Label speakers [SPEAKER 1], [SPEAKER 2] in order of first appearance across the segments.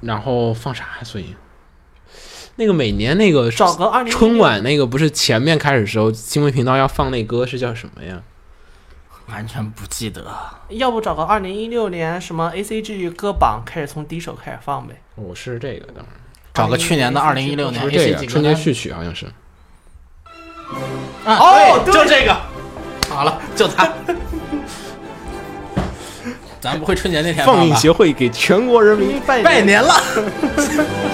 [SPEAKER 1] 然后放啥呀？所以那个每年那个
[SPEAKER 2] 找个二零
[SPEAKER 1] 春晚那个不是前面开始时候新闻频道要放那歌是叫什么呀？
[SPEAKER 3] 完全不记得。
[SPEAKER 2] 要不找个二零一六年什么 A C G 歌榜开始从第一首开始放呗。
[SPEAKER 1] 我哦是这个，当时
[SPEAKER 3] 找个去年的二零一
[SPEAKER 1] 是
[SPEAKER 3] 六年
[SPEAKER 1] 这
[SPEAKER 3] AC
[SPEAKER 1] 个
[SPEAKER 3] 几
[SPEAKER 1] 春节序曲好像是。
[SPEAKER 3] 啊，
[SPEAKER 2] 哦对
[SPEAKER 3] 就这个，好了，就它。 咱不会春节那 天
[SPEAKER 1] 放映
[SPEAKER 3] 吧
[SPEAKER 1] 协会给全国人民
[SPEAKER 2] 拜
[SPEAKER 3] 拜年了。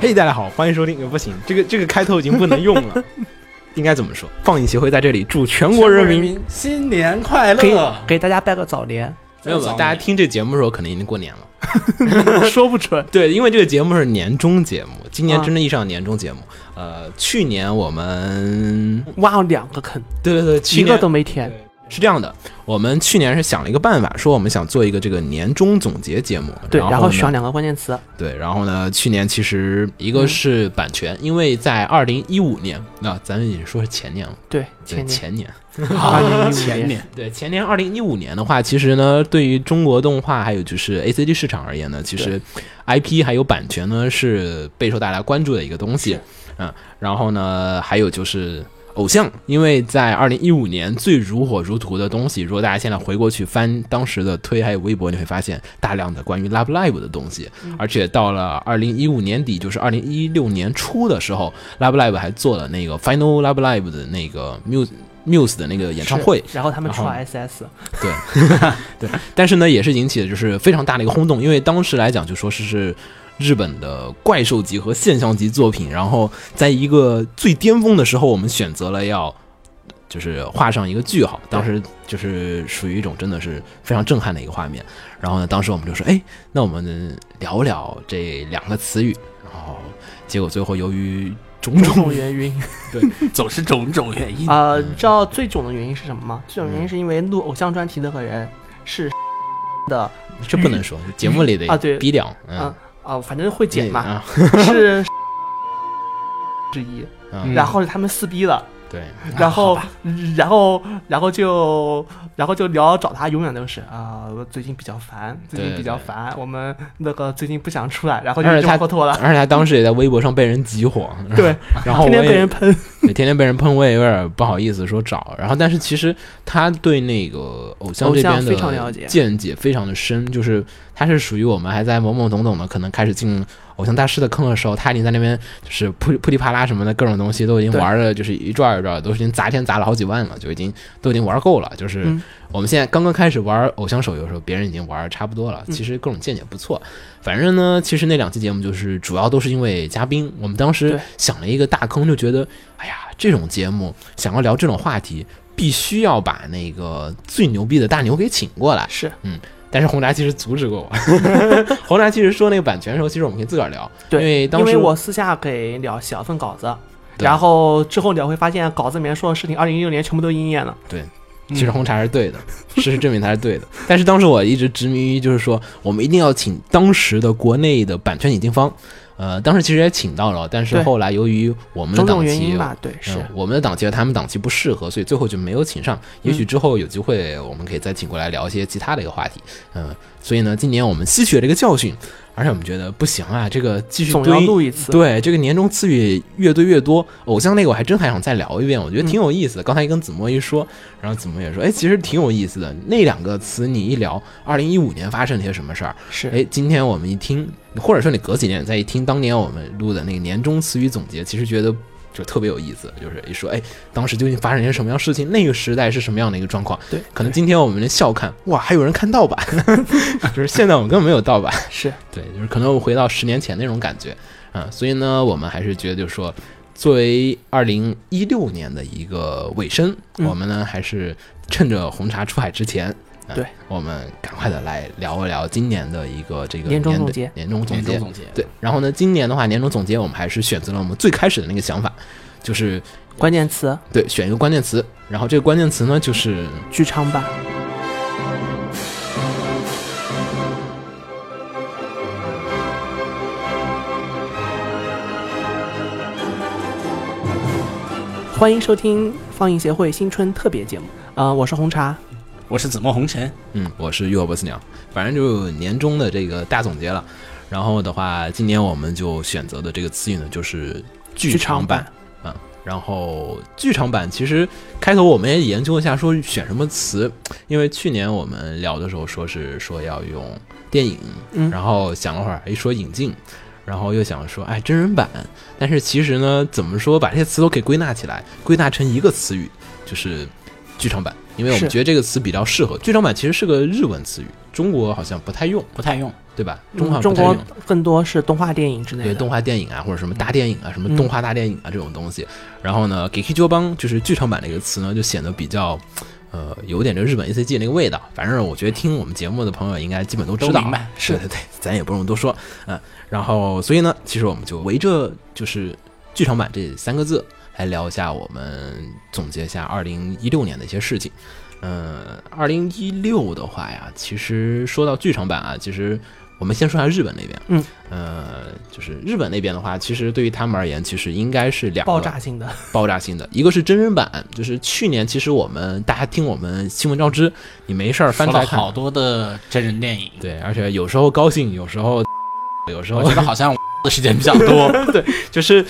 [SPEAKER 1] 嘿大家好，欢迎收听。呃不行，这个这个开头已经不能用了， 应该怎么说？放映协会在这里祝全国人民
[SPEAKER 3] 新年快
[SPEAKER 2] 给
[SPEAKER 3] 乐！
[SPEAKER 2] 给大家拜个早年。
[SPEAKER 1] 没有吧？大家听这节目的时候，可能已经过年了。
[SPEAKER 2] 说不准。
[SPEAKER 1] 对，因为这个节目是年终节目，今年
[SPEAKER 2] 啊
[SPEAKER 1] 真正意义上的年终节目。呃，去年我们
[SPEAKER 2] 挖了两个坑，
[SPEAKER 1] 对对对，去
[SPEAKER 2] 一个
[SPEAKER 1] 年
[SPEAKER 2] 都没填。
[SPEAKER 1] 是这样的，我们去年是想了一个办法，说我们想做一个这个年终总结节目，
[SPEAKER 2] 对，
[SPEAKER 1] 然
[SPEAKER 2] 然后
[SPEAKER 1] 呢
[SPEAKER 2] 选两嗯个关键词。
[SPEAKER 1] 对，然后呢，去年其实一个是版权，因为在二零一五年，那、咱们已经说是前年了，
[SPEAKER 2] 对，
[SPEAKER 1] 对
[SPEAKER 2] 前年
[SPEAKER 1] 前年，
[SPEAKER 2] 二零一五
[SPEAKER 3] 前
[SPEAKER 2] 年，
[SPEAKER 3] 年
[SPEAKER 1] 对前年二零一五年的话，其实呢，对于中国动画还有就是 A C G 市场而言呢，其实 I P 还有版权呢是备受大家关注的一个东西，嗯，然后呢，还有就是。偶像，因为在二零一五年最如火如荼的东西，如果大家现在回过去翻当时的推还有微博，你会发现大量的关于 Love Live 的东西，而且到了二零一五年底，就是二零一六年初的时候，Love Live 还做了那个 Final Love Live 的那个 Muse Muse 的那个演唱会，
[SPEAKER 2] 然后他们出了
[SPEAKER 1] 然
[SPEAKER 2] SS，
[SPEAKER 1] 但是呢，也是引起了就是非常大的一个轰动，因为当时来讲就说是是日本的怪兽级和现象级作品，然后在一个最巅峰的时候，我们选择了要就是画上一个句号，当时就是属于一种真的是非常震撼的一个画面。然后呢，当时我们就说，哎，那我们聊聊这两个词语，然后结果最后由于种
[SPEAKER 2] 种
[SPEAKER 1] 种
[SPEAKER 2] 种 原因。
[SPEAKER 3] 总是种种原因。
[SPEAKER 2] 啊，你知道最囧的原因是什么吗？最囧的原因是因为录偶像专题的那个人是的
[SPEAKER 1] 这不能说，节目里得
[SPEAKER 2] 啊对
[SPEAKER 1] 逼掉，嗯
[SPEAKER 2] 啊，啊，反正会剪嘛，
[SPEAKER 1] 啊，
[SPEAKER 2] 是 之一。
[SPEAKER 1] 嗯
[SPEAKER 2] 然后他们撕逼了，
[SPEAKER 1] 对，
[SPEAKER 2] 然后然后然后就然后就聊找他，永远都是啊，我最近比较烦，最
[SPEAKER 1] 对
[SPEAKER 2] 近
[SPEAKER 1] 对
[SPEAKER 2] 比较
[SPEAKER 1] 对
[SPEAKER 2] 烦，我们那个最近不想出来，然后就
[SPEAKER 1] 而且
[SPEAKER 2] 这
[SPEAKER 1] 他
[SPEAKER 2] 么 拖了。
[SPEAKER 1] 而且他当时也在微博上被人集火，
[SPEAKER 2] 对，
[SPEAKER 1] 然后我也
[SPEAKER 2] 天天被人喷，
[SPEAKER 1] 对天天被人喷，我也有点不好意思说找。然后，但是其实他对那个偶像这边
[SPEAKER 2] 偶像非常了
[SPEAKER 1] 的
[SPEAKER 2] 解
[SPEAKER 1] 见解非常的深，就是他是属于我们还在懵懵懂懂的，可能开始进偶像大师的坑的时候，他已经在那边就是扑扑里啪啦什么的各种东西都已经
[SPEAKER 2] 对
[SPEAKER 1] 玩的，就是一转儿一转儿，都已经砸钱砸了好几万了，就已经都已经玩够了。就是
[SPEAKER 2] 嗯
[SPEAKER 1] 我们现在刚刚开始玩偶像手游的时候，别人已经玩差不多了，
[SPEAKER 2] 嗯
[SPEAKER 1] 其实各种见解不错。反正呢，其实那两期节目就是主要都是因为嘉宾，我们当时
[SPEAKER 2] 对
[SPEAKER 1] 想了一个大坑，就觉得，哎呀，这种节目想要聊这种话题，必须要把那个最牛逼的大牛给请过来。嗯
[SPEAKER 2] 是
[SPEAKER 1] 但是红茶其实阻止过我， 红茶其实说那个版权的时候，其实我们可以自个儿聊，
[SPEAKER 2] 对
[SPEAKER 1] 因为当
[SPEAKER 2] 因
[SPEAKER 1] 时
[SPEAKER 2] 为我私下给聊写了份稿子，
[SPEAKER 1] 对
[SPEAKER 2] 然后之后你会发现稿子里面说的事情，二零一六年全部都应验了。嗯
[SPEAKER 1] 其实红茶是对的， 事实证明他是对的。但是当时我一直执迷于，就是说我们一定要请当时的国内的版权引进方，呃，当时其实也请到了，但是
[SPEAKER 2] 对
[SPEAKER 1] 后来由于我们的
[SPEAKER 2] 种种
[SPEAKER 1] 档
[SPEAKER 2] 原
[SPEAKER 1] 期
[SPEAKER 2] 因。吧，对，是
[SPEAKER 1] 嗯，我们的档期和他们档期不适合，所以最后就没有请上。也许
[SPEAKER 2] 嗯
[SPEAKER 1] 之后有机会，我们可以再请过来聊一些其他的一个话题。嗯，所以呢，今年我们吸取了这个教训，而且我们觉得不行啊，这个继续
[SPEAKER 2] 总要
[SPEAKER 1] 堆
[SPEAKER 2] 录一次。
[SPEAKER 1] 对，这个年终词语越堆越多，偶像那个我还真还想再聊一遍，我觉得挺有
[SPEAKER 2] 嗯
[SPEAKER 1] 意思的。刚才跟子墨一说，然后子墨也说，哎，其实挺有意思的。那两个词你一聊，二零一五年发生了些什么事儿？
[SPEAKER 2] 是
[SPEAKER 1] 哎，今天我们一听，或者说你隔几年再一听当年我们录的那个年终词语总结，其实觉得就特别有意思，就是一说，哎，当时究竟发生了些什么样事情，那个时代是什么样的一个状况？
[SPEAKER 2] 对，
[SPEAKER 1] 可能今天我们笑看， 哇，还有人看盗版，就是现在我们根本没有盗版。
[SPEAKER 2] 是，
[SPEAKER 1] 对，就是可能我回到十年前那种感觉啊，所以呢，我们还是觉得就是说，作为二零一六年的一个尾声，
[SPEAKER 2] 嗯
[SPEAKER 1] 我们呢还是趁着红茶出海之前。啊
[SPEAKER 2] 对，
[SPEAKER 1] 我们赶快的来聊一聊今年的一个这个
[SPEAKER 2] 年终
[SPEAKER 1] 的
[SPEAKER 2] 总结
[SPEAKER 1] 年终总
[SPEAKER 3] 年
[SPEAKER 1] 结
[SPEAKER 3] 终，总结，
[SPEAKER 1] 对。然后呢，今年的话，年终总结我们还是选择了我们最开始的那个想法，就是
[SPEAKER 2] 关键词
[SPEAKER 1] 对选一个关键词，然后这个关键词呢就是
[SPEAKER 2] 剧场版。欢迎收听放映协会新春特别节目。啊、我是红茶，
[SPEAKER 3] 我是紫陌红尘，
[SPEAKER 1] 嗯，我是浴火不死鸟，反正就年终的这个大总结了。然后的话，今年我们就选择的这个词语呢，就是剧场版，嗯，然后剧场版其实开头我们也研究一下，说选什么词，因为去年我们聊的时候说是说要用电影，
[SPEAKER 2] 嗯
[SPEAKER 1] 然后想了会儿，哎，说引进，然后又想说，哎，真人版，但是其实呢，怎么说把这些词都给归纳起来，归纳成一个词语，就是剧场版，因为我
[SPEAKER 2] 是
[SPEAKER 1] 们觉得这个词比较适合。剧场版其实是个日文词语，中国好像不太用，
[SPEAKER 3] 不太用。
[SPEAKER 1] 对吧？中好
[SPEAKER 2] 嗯
[SPEAKER 1] 像
[SPEAKER 2] 中
[SPEAKER 1] 不太
[SPEAKER 2] 国
[SPEAKER 1] 用。
[SPEAKER 2] 更多是动画电影之类
[SPEAKER 1] 对
[SPEAKER 2] 的。
[SPEAKER 1] 动画电影啊，或者什么大电影啊，什么
[SPEAKER 2] 嗯
[SPEAKER 1] 动画大电影啊这种东西。然后呢，给 K 九帮就是剧场版这个词呢，就显得比较，呃，有点这日本 A C G 那个味道。反正我觉得听我们节目的朋友应该基本都知
[SPEAKER 3] 都
[SPEAKER 1] 道
[SPEAKER 3] 明白
[SPEAKER 1] 啊，对对对，咱也不用多说，嗯。然后所以呢，其实我们就围着就是剧场版这三个字来聊一下，我们总结一下二零一六年的一些事情。嗯，二零一六的话呀，其实说到剧场版啊，其实我们先说下日本那边。
[SPEAKER 2] 嗯，
[SPEAKER 1] 呃，就是日本那边的话，其实对于他们而言，其实应该是两个
[SPEAKER 2] 爆炸性的，
[SPEAKER 1] 爆炸性的，一个是真人版，就是去年其实我们大家听我们新闻招知，你没事儿翻
[SPEAKER 3] 说
[SPEAKER 1] 出来
[SPEAKER 3] 了
[SPEAKER 1] 看
[SPEAKER 3] 好，多的真人电影，
[SPEAKER 1] 对，而且有时候高兴，有时候有时
[SPEAKER 3] 我
[SPEAKER 1] 候
[SPEAKER 3] 觉得好像的时间比较多。
[SPEAKER 1] 就是，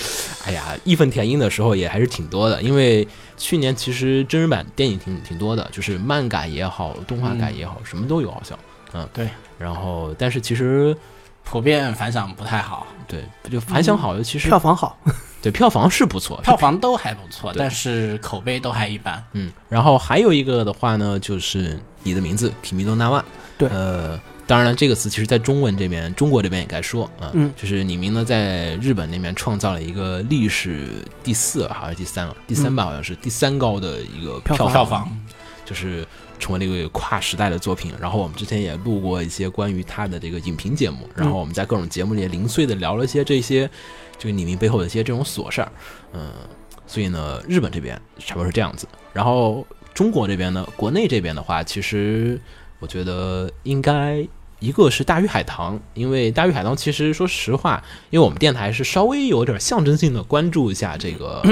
[SPEAKER 1] 哎呀，义愤填膺的时候也还是挺多的，因为去年其实真人版电影挺挺多的，就是漫改也好，动画改也好，什么都有，好像，嗯，
[SPEAKER 3] 嗯对。
[SPEAKER 1] 然后，但是其实
[SPEAKER 3] 普遍反响不太好，
[SPEAKER 1] 对，就反响好的，其实、
[SPEAKER 2] 票房好，
[SPEAKER 1] 对票房是不错，
[SPEAKER 3] 票房都还不错，
[SPEAKER 1] 对
[SPEAKER 3] 但是口碑都还一般。
[SPEAKER 1] 嗯，然后还有一个的话呢，就是你的名字提米多纳万。
[SPEAKER 2] 对
[SPEAKER 1] 呃，当然了，这个词其实在中文这边，中国这边也该说啊、
[SPEAKER 2] 嗯
[SPEAKER 1] 就是李明呢在日本那边创造了一个历史第四，好像是第三了，第三吧，好像是第三高的一个
[SPEAKER 2] 嗯票
[SPEAKER 1] 房，
[SPEAKER 2] 房
[SPEAKER 3] 票房
[SPEAKER 1] 就是成为了一个跨时代的作品。然后我们之前也录过一些关于他的这个影评节目，然后我们在各种节目里也零碎的聊了一些这些，这个李明背后的一些这种琐事儿，嗯，所以呢，日本这边差不多是这样子。然后中国这边呢，国内这边的话，其实我觉得应该。一个是大鱼海棠，因为大鱼海棠其实说实话，因为我们电台是稍微有点象征性的关注一下这个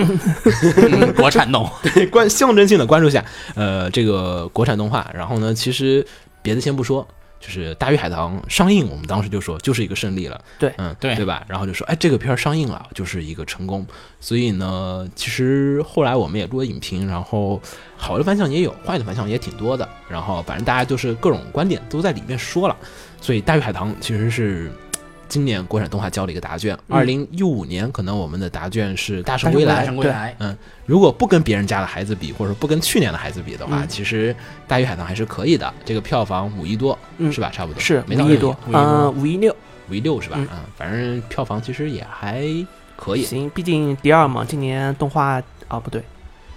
[SPEAKER 3] 嗯国产动画
[SPEAKER 1] 关象征性的关注一下，呃，这个国产动画。然后呢，其实别的先不说，就是《大鱼海棠》上映，我们当时就说就是一个胜利了，
[SPEAKER 2] 对
[SPEAKER 1] 嗯，
[SPEAKER 3] 对
[SPEAKER 1] 对吧？然后就说，哎，这个片儿上映了，就是一个成功。所以呢，其实后来我们也录了影评，然后好的反响也有，坏的反响也挺多的。然后反正大家就是各种观点都在里面说了，所以《大鱼海棠》其实是。今年国产动画交了一个答卷，二零一五年可能我们的答卷是《嗯大圣
[SPEAKER 2] 大圣
[SPEAKER 1] 归
[SPEAKER 2] 归
[SPEAKER 1] 来
[SPEAKER 3] 来》，生未来
[SPEAKER 1] 如果不跟别人家的孩子比，或者不跟去年的孩子比的话，
[SPEAKER 2] 嗯
[SPEAKER 1] 其实《大鱼海棠》还是可以的。这个票房五亿多、
[SPEAKER 2] 嗯
[SPEAKER 1] 是吧？差不多
[SPEAKER 2] 是
[SPEAKER 1] 没到
[SPEAKER 2] 五亿多
[SPEAKER 1] 六，
[SPEAKER 3] 五亿多
[SPEAKER 2] 呃，五亿六，
[SPEAKER 1] 五亿六是吧？
[SPEAKER 2] 嗯
[SPEAKER 1] 啊，反正票房其实也还可以。
[SPEAKER 2] 行，毕竟第二嘛，今年动画啊不对，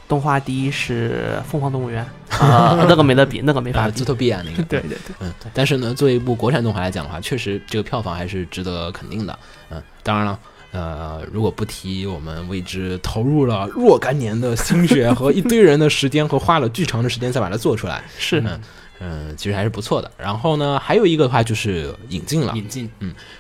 [SPEAKER 2] 动画第一是《疯狂动物园》 啊，那个没得比，那个没法
[SPEAKER 1] 啊，
[SPEAKER 2] 比
[SPEAKER 1] 兹。托比亚那个，
[SPEAKER 2] 对对对，
[SPEAKER 1] 嗯，但是呢，作为一部国产动画来讲的话，确实这个票房还是值得肯定的。嗯，当然了，呃，如果不提我们为之投入了若干年的心血和一堆人的时间和花了巨长的时间才把它做出来，
[SPEAKER 2] 是
[SPEAKER 1] 嗯嗯，其实还是不错的。然后呢，还有一个的话就是引进了，
[SPEAKER 3] 引进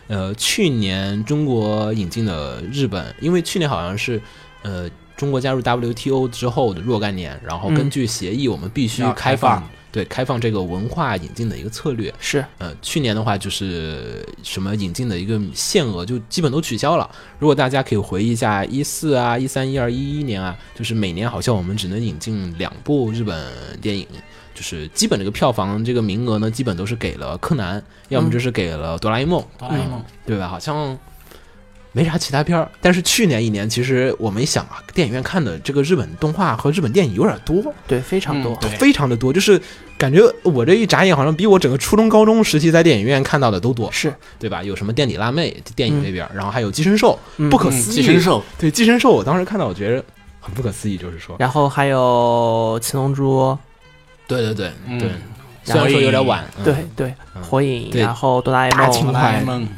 [SPEAKER 1] 呃，去年中国引进的日本，因为去年好像是呃中国加入 WTO 之后的若干年，然后
[SPEAKER 2] 嗯
[SPEAKER 1] 根据协议，我们必须
[SPEAKER 3] 要
[SPEAKER 1] 开
[SPEAKER 3] 开
[SPEAKER 1] 放、
[SPEAKER 3] 放
[SPEAKER 1] 对开放这个文化引进的一个策略。
[SPEAKER 2] 是，
[SPEAKER 1] 呃，去年的话就是什么引进的一个限额就基本都取消了。如果大家可以回忆一下一四啊、一三、一二、一一年啊，就是每年好像我们只能引进两部日本电影，就是基本这个票房这个名额呢，基本都是给了柯南，要么就是给了哆啦 A 梦，
[SPEAKER 3] 哆啦 A 梦，
[SPEAKER 1] 对吧？好像没啥其他片儿。但是去年一年，其实我们一想啊，电影院看的这个日本动画和日本电影有点多，
[SPEAKER 2] 对，非常多
[SPEAKER 3] 嗯。对
[SPEAKER 1] 非常的多，就是感觉我这一眨眼，好像比我整个初中、高中时期在电影院看到的都多，
[SPEAKER 2] 是，
[SPEAKER 1] 对吧？有什么垫底辣妹电影那边，然后还有寄生兽，不可
[SPEAKER 3] 嗯
[SPEAKER 1] 思议。
[SPEAKER 3] 寄生兽
[SPEAKER 1] 对寄生兽，我当时看到我觉得很不可思议，就是说，
[SPEAKER 2] 然后还有《七龙珠
[SPEAKER 1] 对对对
[SPEAKER 3] 嗯
[SPEAKER 1] 对，虽然说有点晚，》，嗯
[SPEAKER 2] 对对，
[SPEAKER 1] 嗯
[SPEAKER 2] 《火影》，
[SPEAKER 1] 对
[SPEAKER 2] 然后《哆啦 A
[SPEAKER 1] 大
[SPEAKER 2] 梦》，
[SPEAKER 1] 清
[SPEAKER 3] 哆啦 A 梦
[SPEAKER 1] 嗯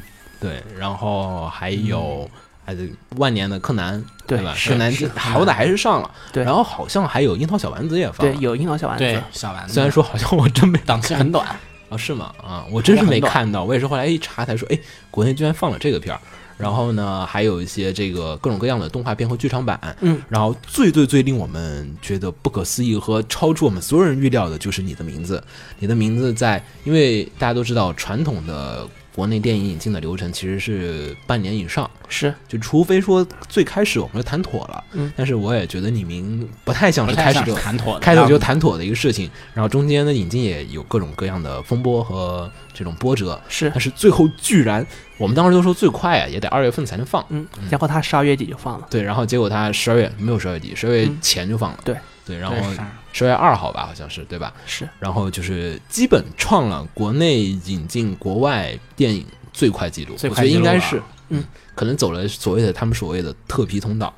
[SPEAKER 1] 对，然后还有还有万年的柯南，
[SPEAKER 2] 对
[SPEAKER 1] 吧？
[SPEAKER 3] 是
[SPEAKER 1] 柯南
[SPEAKER 3] 是
[SPEAKER 1] 好歹还是上了，
[SPEAKER 2] 对
[SPEAKER 1] 然后好像还有樱桃小丸子也放
[SPEAKER 2] 对
[SPEAKER 1] 了，，
[SPEAKER 2] 有樱桃小丸
[SPEAKER 3] 对
[SPEAKER 2] 子，
[SPEAKER 3] 小丸子，
[SPEAKER 1] 虽然说好像我真没
[SPEAKER 3] 档期很短，
[SPEAKER 1] 啊，是吗？啊，我真是没看到，我也是后来一查才说，哎，国内居然放了这个片儿。然后呢，还有一些这个各种各样的动画片和剧场版。
[SPEAKER 2] 嗯，
[SPEAKER 1] 然后最最最令我们觉得不可思议和超出我们所有人预料的，就是你的名字。你的名字在，因为大家都知道，传统的国内电影引进的流程其实是半年以上，
[SPEAKER 2] 是
[SPEAKER 1] 就除非说最开始我们就谈妥了。
[SPEAKER 2] 嗯，
[SPEAKER 1] 但是我也觉得你明不太像
[SPEAKER 3] 不
[SPEAKER 1] 是嗯
[SPEAKER 3] 太
[SPEAKER 1] 开始
[SPEAKER 3] 想
[SPEAKER 1] 就
[SPEAKER 3] 谈妥的，
[SPEAKER 1] 开头就谈妥的一个事情，然后中间的引进也有各种各样的风波和这种波折，
[SPEAKER 2] 是
[SPEAKER 1] 但，是最后居然，我们当时都说最快啊，也得二月份才能放，
[SPEAKER 2] 嗯，然后他十二月底就放了，
[SPEAKER 1] 对，然后结果他十二月没有十二月底，十二月
[SPEAKER 2] 嗯
[SPEAKER 1] 前就放了，
[SPEAKER 2] 对
[SPEAKER 1] 对，然
[SPEAKER 3] 对，
[SPEAKER 1] 后
[SPEAKER 3] 是啊
[SPEAKER 1] 十二月二号吧，好像是对吧？
[SPEAKER 2] 是
[SPEAKER 1] 然后就是基本创了国内引进国外电影最快记录，
[SPEAKER 3] 最
[SPEAKER 1] 我
[SPEAKER 3] 快
[SPEAKER 1] 觉得
[SPEAKER 3] 记
[SPEAKER 1] 应
[SPEAKER 3] 录
[SPEAKER 1] 该
[SPEAKER 3] 了
[SPEAKER 1] 是，
[SPEAKER 2] 嗯，
[SPEAKER 1] 可能走了所谓的他们所谓的特批通道。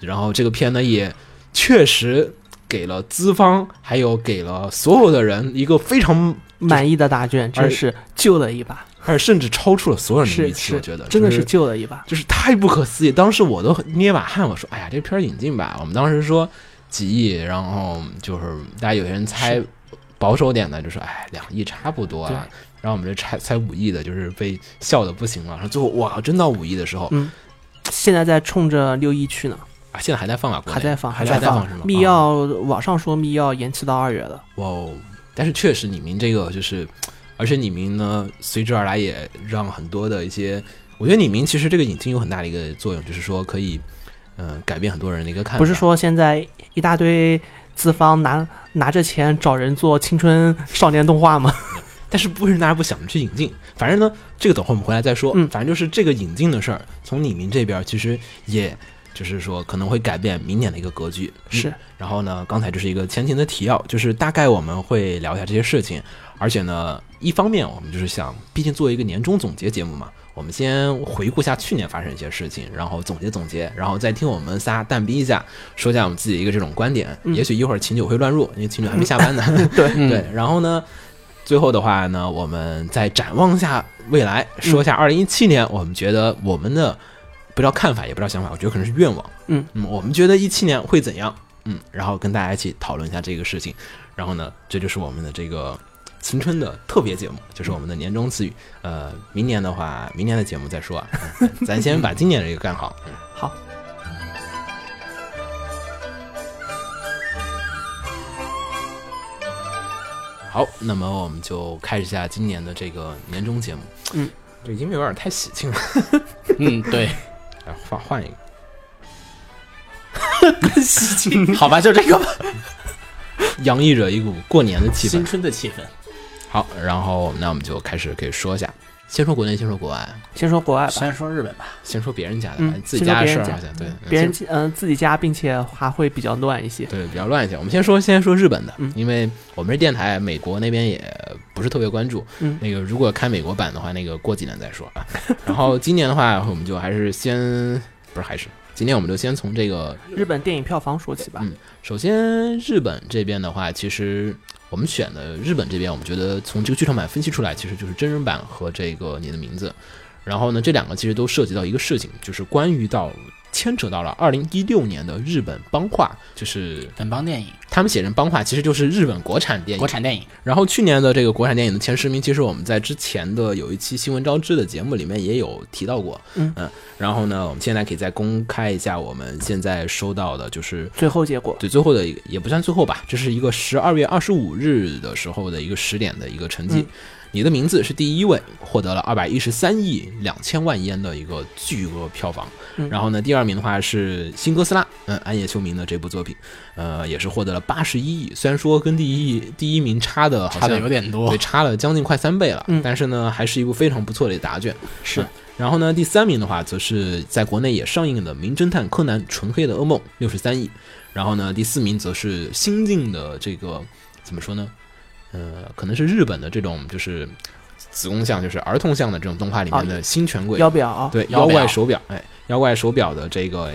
[SPEAKER 1] 然后这个片呢，也确实给了资方还有给了所有的人一个非常，
[SPEAKER 2] 满意的答卷，
[SPEAKER 1] 而
[SPEAKER 2] 真是救了一把，
[SPEAKER 1] 而甚至超出了所有人的
[SPEAKER 2] 是
[SPEAKER 1] 预期，
[SPEAKER 2] 是，
[SPEAKER 1] 我觉得
[SPEAKER 2] 真的是
[SPEAKER 1] 就
[SPEAKER 2] 救了一把，
[SPEAKER 1] 就是太不可思议，当时我都捏把汗，我说，哎呀，这片儿引进吧，我们当时说几亿，然后就是大家有些人猜
[SPEAKER 2] 是
[SPEAKER 1] 保守点的，就说，哎，两亿差不多啊。然后我们这猜猜五亿的，就是被笑的不行了。然后最后哇，真到五亿的时候，
[SPEAKER 2] 嗯，现在在冲着六一去呢，
[SPEAKER 1] 啊，现在还在放啊，国内
[SPEAKER 2] 还在放，
[SPEAKER 1] 还
[SPEAKER 2] 在
[SPEAKER 1] 在放是吗？
[SPEAKER 2] 密
[SPEAKER 1] 啊
[SPEAKER 2] 钥网上说密钥延期到二月了，
[SPEAKER 1] 哇哦！但是确实，李明这个就是，而且李明呢，随之而来也让很多的一些，我觉得李明其实这个引进有很大的一个作用，就是说可以，嗯、改变很多人的一个看法。
[SPEAKER 2] 不是说现在一大堆资方拿拿着钱找人做青春少年动 画吗？
[SPEAKER 1] 但是为什么大家不想着去引进？反正呢，这个等会我们回来再说。
[SPEAKER 2] 嗯
[SPEAKER 1] 反正就是这个引进的事儿，从李明这边其实也就是说可能会改变明年的一个格局。嗯
[SPEAKER 2] 是，
[SPEAKER 1] 然后呢，刚才这是一个前情的提要，就是大概我们会聊一下这些事情。而且呢，一方面我们就是想，毕竟作为一个年终总结节目嘛，我们先回顾一下去年发生一些事情，然后总结总结，然后再听我们仨淡逼一下，说一下我们自己一个这种观点。
[SPEAKER 2] 嗯
[SPEAKER 1] 也许一会儿秦九会乱入，因为秦九还没下班呢。
[SPEAKER 3] 嗯
[SPEAKER 1] 对，然后呢，最后的话呢，我们再展望一下未来，
[SPEAKER 2] 嗯
[SPEAKER 1] 说一下二零一七年，我们觉得我们的不叫看法，也不叫想法，我觉得可能是愿望。
[SPEAKER 2] 嗯
[SPEAKER 1] 我们觉得一七年会怎样？嗯，然后跟大家一起讨论一下这个事情。然后呢，这就是我们的这个青春的特别节目，就是我们的年终词语。呃，明年的话，明年的节目再说啊，嗯咱先把今年这个干好。嗯
[SPEAKER 2] 好，
[SPEAKER 1] 好，那么我们就开始一下今年的这个年终节目。
[SPEAKER 2] 嗯，
[SPEAKER 1] 这音乐有点太喜庆了，
[SPEAKER 3] 嗯，对，
[SPEAKER 1] 来换换一个。
[SPEAKER 3] 好吧，就这个吧，
[SPEAKER 1] 洋溢着一股过年的气氛
[SPEAKER 3] 新。春的气氛。
[SPEAKER 1] 好，然后那我们就开始可以说一下，先说国内，先说国外，
[SPEAKER 2] 先说国外吧，
[SPEAKER 3] 先说日本吧，
[SPEAKER 1] 先说别人家的吧，
[SPEAKER 2] 嗯
[SPEAKER 1] 自己家的事儿
[SPEAKER 2] 先说别人家
[SPEAKER 1] 好像对，嗯
[SPEAKER 2] 别人嗯、自己家，并且还会比较乱一些。
[SPEAKER 1] 对比较乱一些。我们先说先说日本的，
[SPEAKER 2] 嗯
[SPEAKER 1] 因为我们这电台美国那边也不是特别关注。
[SPEAKER 2] 嗯
[SPEAKER 1] 那个如果看美国版的话，那个过几年再说啊。然后今年的话，我们就还是先不是还是今年我们就先从这个
[SPEAKER 2] 日本电影票房说起吧，
[SPEAKER 1] 嗯首先，日本这边的话，其实我们选的日本这边，我们觉得从这个剧场版分析出来，其实就是真人版和这个你的名字。然后呢，这两个其实都涉及到一个事情，就是关于到牵扯到了二零一六年的日本邦画，就是
[SPEAKER 3] 本邦电影，
[SPEAKER 1] 他们写成邦画，其实就是日本国产电影
[SPEAKER 3] 国。产电影，
[SPEAKER 1] 然后去年的这个国产电影的前十名，其实我们在之前的有一期新闻招知的节目里面也有提到过。
[SPEAKER 2] 嗯
[SPEAKER 1] 然后呢，我们现在可以再公开一下我们现在收到的，就是
[SPEAKER 2] 最后结果
[SPEAKER 1] 对，最后的一个也不算最后吧，这是一个十二月二十五日的时候的一个十点的一个成绩。
[SPEAKER 2] 嗯
[SPEAKER 1] 你的名字是第一位，获得了二百一十三亿两千万烟的一个巨额票房。
[SPEAKER 2] 嗯
[SPEAKER 1] 然后呢，第二名的话是《新哥斯拉》，嗯，安野秀明的这部作品，呃，也是获得了八十一亿。虽然说跟第一第一名差的好
[SPEAKER 3] 差
[SPEAKER 1] 像
[SPEAKER 3] 的有点多
[SPEAKER 1] 对，，差了将近快三倍了，
[SPEAKER 2] 嗯
[SPEAKER 1] 但是呢，还是一部非常不错的答卷。
[SPEAKER 2] 是
[SPEAKER 1] 嗯然后呢，第三名的话，则是在国内也上映的《名侦探柯南：纯黑的噩梦》，六十三亿。然后呢，第四名则是新晋的这个怎么说呢？呃，可能是日本的这种就是子宫向，就是儿童向的这种动画里面的新权贵，
[SPEAKER 2] 腰表，
[SPEAKER 1] 对，
[SPEAKER 3] 妖
[SPEAKER 1] 妖怪
[SPEAKER 3] 表
[SPEAKER 1] 手表，哎，妖怪手表的这个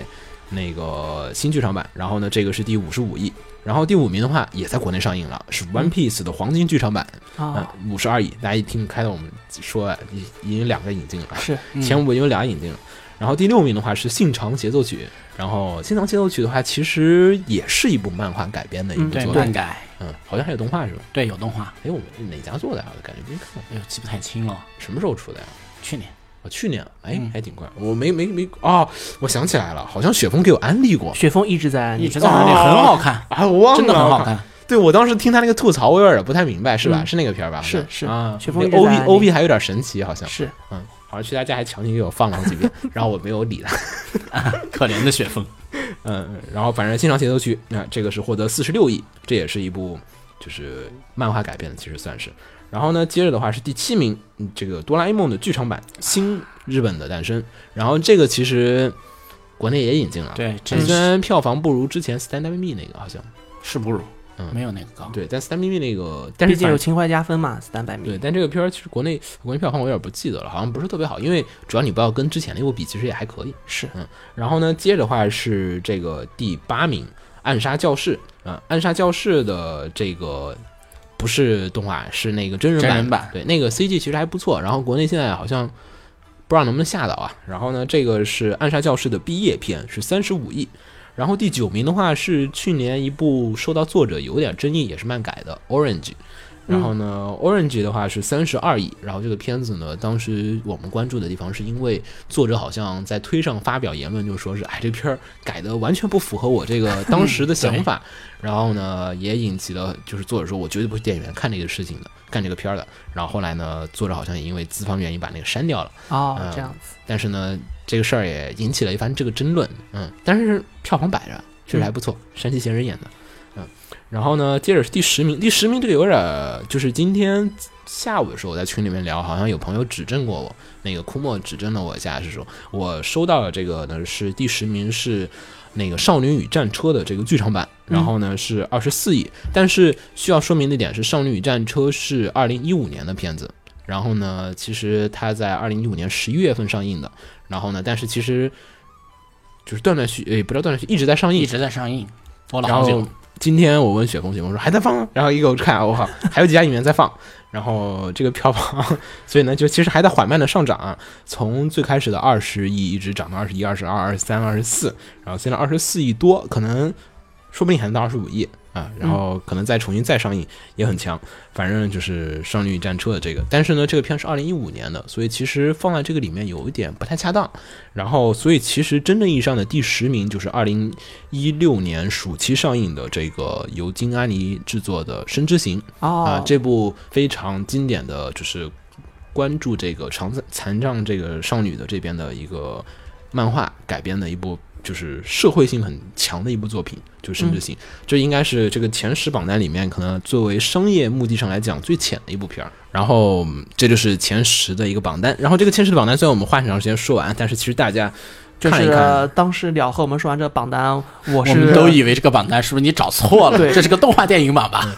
[SPEAKER 1] 那个新剧场版，然后呢，这个是第五十五亿。然后第五名的话也在国内上映了，是《One
[SPEAKER 2] 嗯
[SPEAKER 1] Piece》的黄金剧场版，啊
[SPEAKER 2] 啊，，
[SPEAKER 1] 五十二亿。大家一听开头我们说哎已已经两个引进了，
[SPEAKER 2] 是
[SPEAKER 3] 嗯
[SPEAKER 1] 前五有俩引进了。然后第六名的话是《信长协奏曲》，然后《信长协奏曲》的话其实也是一部漫画改编的一
[SPEAKER 2] 嗯
[SPEAKER 1] 部
[SPEAKER 3] 对
[SPEAKER 1] 作
[SPEAKER 3] 漫
[SPEAKER 1] 品，
[SPEAKER 3] 改，
[SPEAKER 1] 嗯，好像还有动画是吧？
[SPEAKER 3] 对有动画，
[SPEAKER 1] 啊哎，我们哪家做的呀？我感觉没看过，
[SPEAKER 3] 哎呦记不太清了，
[SPEAKER 1] 什么时候出的呀？
[SPEAKER 3] 去年
[SPEAKER 1] 哦去年哎
[SPEAKER 3] 嗯
[SPEAKER 1] 还挺快，我没没没哦，我想起来了，好像雪峰给我安利过
[SPEAKER 2] 雪峰一直在
[SPEAKER 1] 哎
[SPEAKER 2] 安利
[SPEAKER 3] 一直在那里很好看，
[SPEAKER 1] 啊，我忘了，
[SPEAKER 3] 真的很好。看。
[SPEAKER 1] 对我当时听他那个吐槽，我有点不太明白，是吧？
[SPEAKER 2] 嗯
[SPEAKER 1] 是那个片儿吧？
[SPEAKER 2] 是
[SPEAKER 1] 好像
[SPEAKER 2] 是
[SPEAKER 1] 啊，
[SPEAKER 2] 雪峰一直
[SPEAKER 1] O
[SPEAKER 2] 在
[SPEAKER 1] V
[SPEAKER 2] 安利
[SPEAKER 1] O V 还有点神奇，好像
[SPEAKER 2] 是
[SPEAKER 1] 嗯，好像去他家还强行给我放了好几遍，然后我没有理他。
[SPEAKER 3] 可怜的雪峰，
[SPEAKER 1] 嗯，然后反正《新上协奏曲》那、这个是获得四十六亿，这也是一部就是漫画改编的，其实算是。然后呢，接着的话是第七名，嗯这个《哆啦 A 梦》的剧场版《新日本的诞生》，然后这个其实国内也引进了，，
[SPEAKER 3] 对，这
[SPEAKER 1] 虽
[SPEAKER 3] 是
[SPEAKER 1] 然票房不如之前《Stand By Me》那个好像，
[SPEAKER 3] 是不如
[SPEAKER 1] 嗯，
[SPEAKER 3] 没有那个高。
[SPEAKER 1] 对，但《Stand By Me》那个，但是
[SPEAKER 2] 哦毕竟
[SPEAKER 1] 反
[SPEAKER 2] 有情怀加分嘛，三百
[SPEAKER 1] 对，
[SPEAKER 2] 米。
[SPEAKER 1] 但这个片儿其实国内国内票房我有点不记得了，好像不是特别好，因为主要你不要跟之前那部比，其实也还可以。嗯
[SPEAKER 2] 是，
[SPEAKER 1] 然后呢，接着的话是这个第八名《暗杀教室》啊、暗杀教室》的这个不是动画，是那个真人版。
[SPEAKER 3] 真人版
[SPEAKER 1] 对，那个 CG 其实还不错，然后国内现在好像不知道能不能下到啊。然后呢，这个是《暗杀教室》的毕业篇，是三十五亿。然后第九名的话是去年一部受到作者有点争议，也是漫改的《Orange》。然后呢，Orange》的话是三十二亿。然后这个片子呢，当时我们关注的地方是因为作者好像在推上发表言论，就说是哎，这片儿改的完全不符合我这个当时的想法。然后呢，也引起了就是作者说我绝对不去电影院看这个事情的，看这个片儿的。然后后来呢，作者好像也因为资方原因把那个删掉了。
[SPEAKER 2] 哦
[SPEAKER 1] 嗯，
[SPEAKER 2] 这样子，
[SPEAKER 1] 但是呢，这个事儿也引起了一番这个争论。嗯，但是票房摆着，确实还不错，山崎贤人演的。嗯，然后呢，接着是第十名，第十名这个有点儿，就是今天下午的时候我在群里面聊，好像有朋友指正过我，那个枯墨指正了我一下，是说我收到了这个呢是第十名是。那个《少女与战车》的这个剧场版，然后呢是二十四亿，但是需要说明的一点是，《少女与战车》是二零一五年的片子，然后呢，其实它在二零一五年十一月份上映的，然后呢，但是其实就是断断续，呃也不知道断断续，一直在上映，
[SPEAKER 3] 一直在上映，播了
[SPEAKER 1] 然
[SPEAKER 3] 好
[SPEAKER 1] 后
[SPEAKER 3] 久。
[SPEAKER 1] 今天我问雪峰，雪峰说还在放啊，然后一给我看，我靠， 还有几家影院在放。然后这个票房， 所以呢，就其实还在缓慢的上涨啊，从最开始的二十亿一直涨到二十一、二十二、二十三、二十四，然后现在二十四亿多，可能说不定还能到二十五亿啊，然后可能再重新再上映也很强。反正就是《少女与战车》的这个，但是呢，这个片是二零一五年的，所以其实放在这个里面有一点不太恰当。然后，所以其实真正意义上的第十名就是二零一六年暑期上映的这个由金阿尼制作的《深之行》啊、
[SPEAKER 2] 哦，
[SPEAKER 1] 这部非常经典的就是关注这个残残障这个少女的这边的一个漫画改编的一部，就是社会性很强的一部作品，就是《深之
[SPEAKER 2] 嗯
[SPEAKER 1] 行》这应该是这个前十榜单里面可能作为商业目的上来讲最浅的一部片儿。然后嗯这就是前十的一个榜单。然后这个前十的榜单虽然我们花很长时间说完，但是其实大家
[SPEAKER 2] 就
[SPEAKER 1] 看一啊
[SPEAKER 2] 是
[SPEAKER 1] 看
[SPEAKER 2] 当时了和我们说完这榜单，我
[SPEAKER 3] 我
[SPEAKER 2] 是
[SPEAKER 3] 们都以为这个榜单是不是你找错了？
[SPEAKER 2] 对
[SPEAKER 3] 这是个动画电影版
[SPEAKER 1] 嗯
[SPEAKER 3] 吧？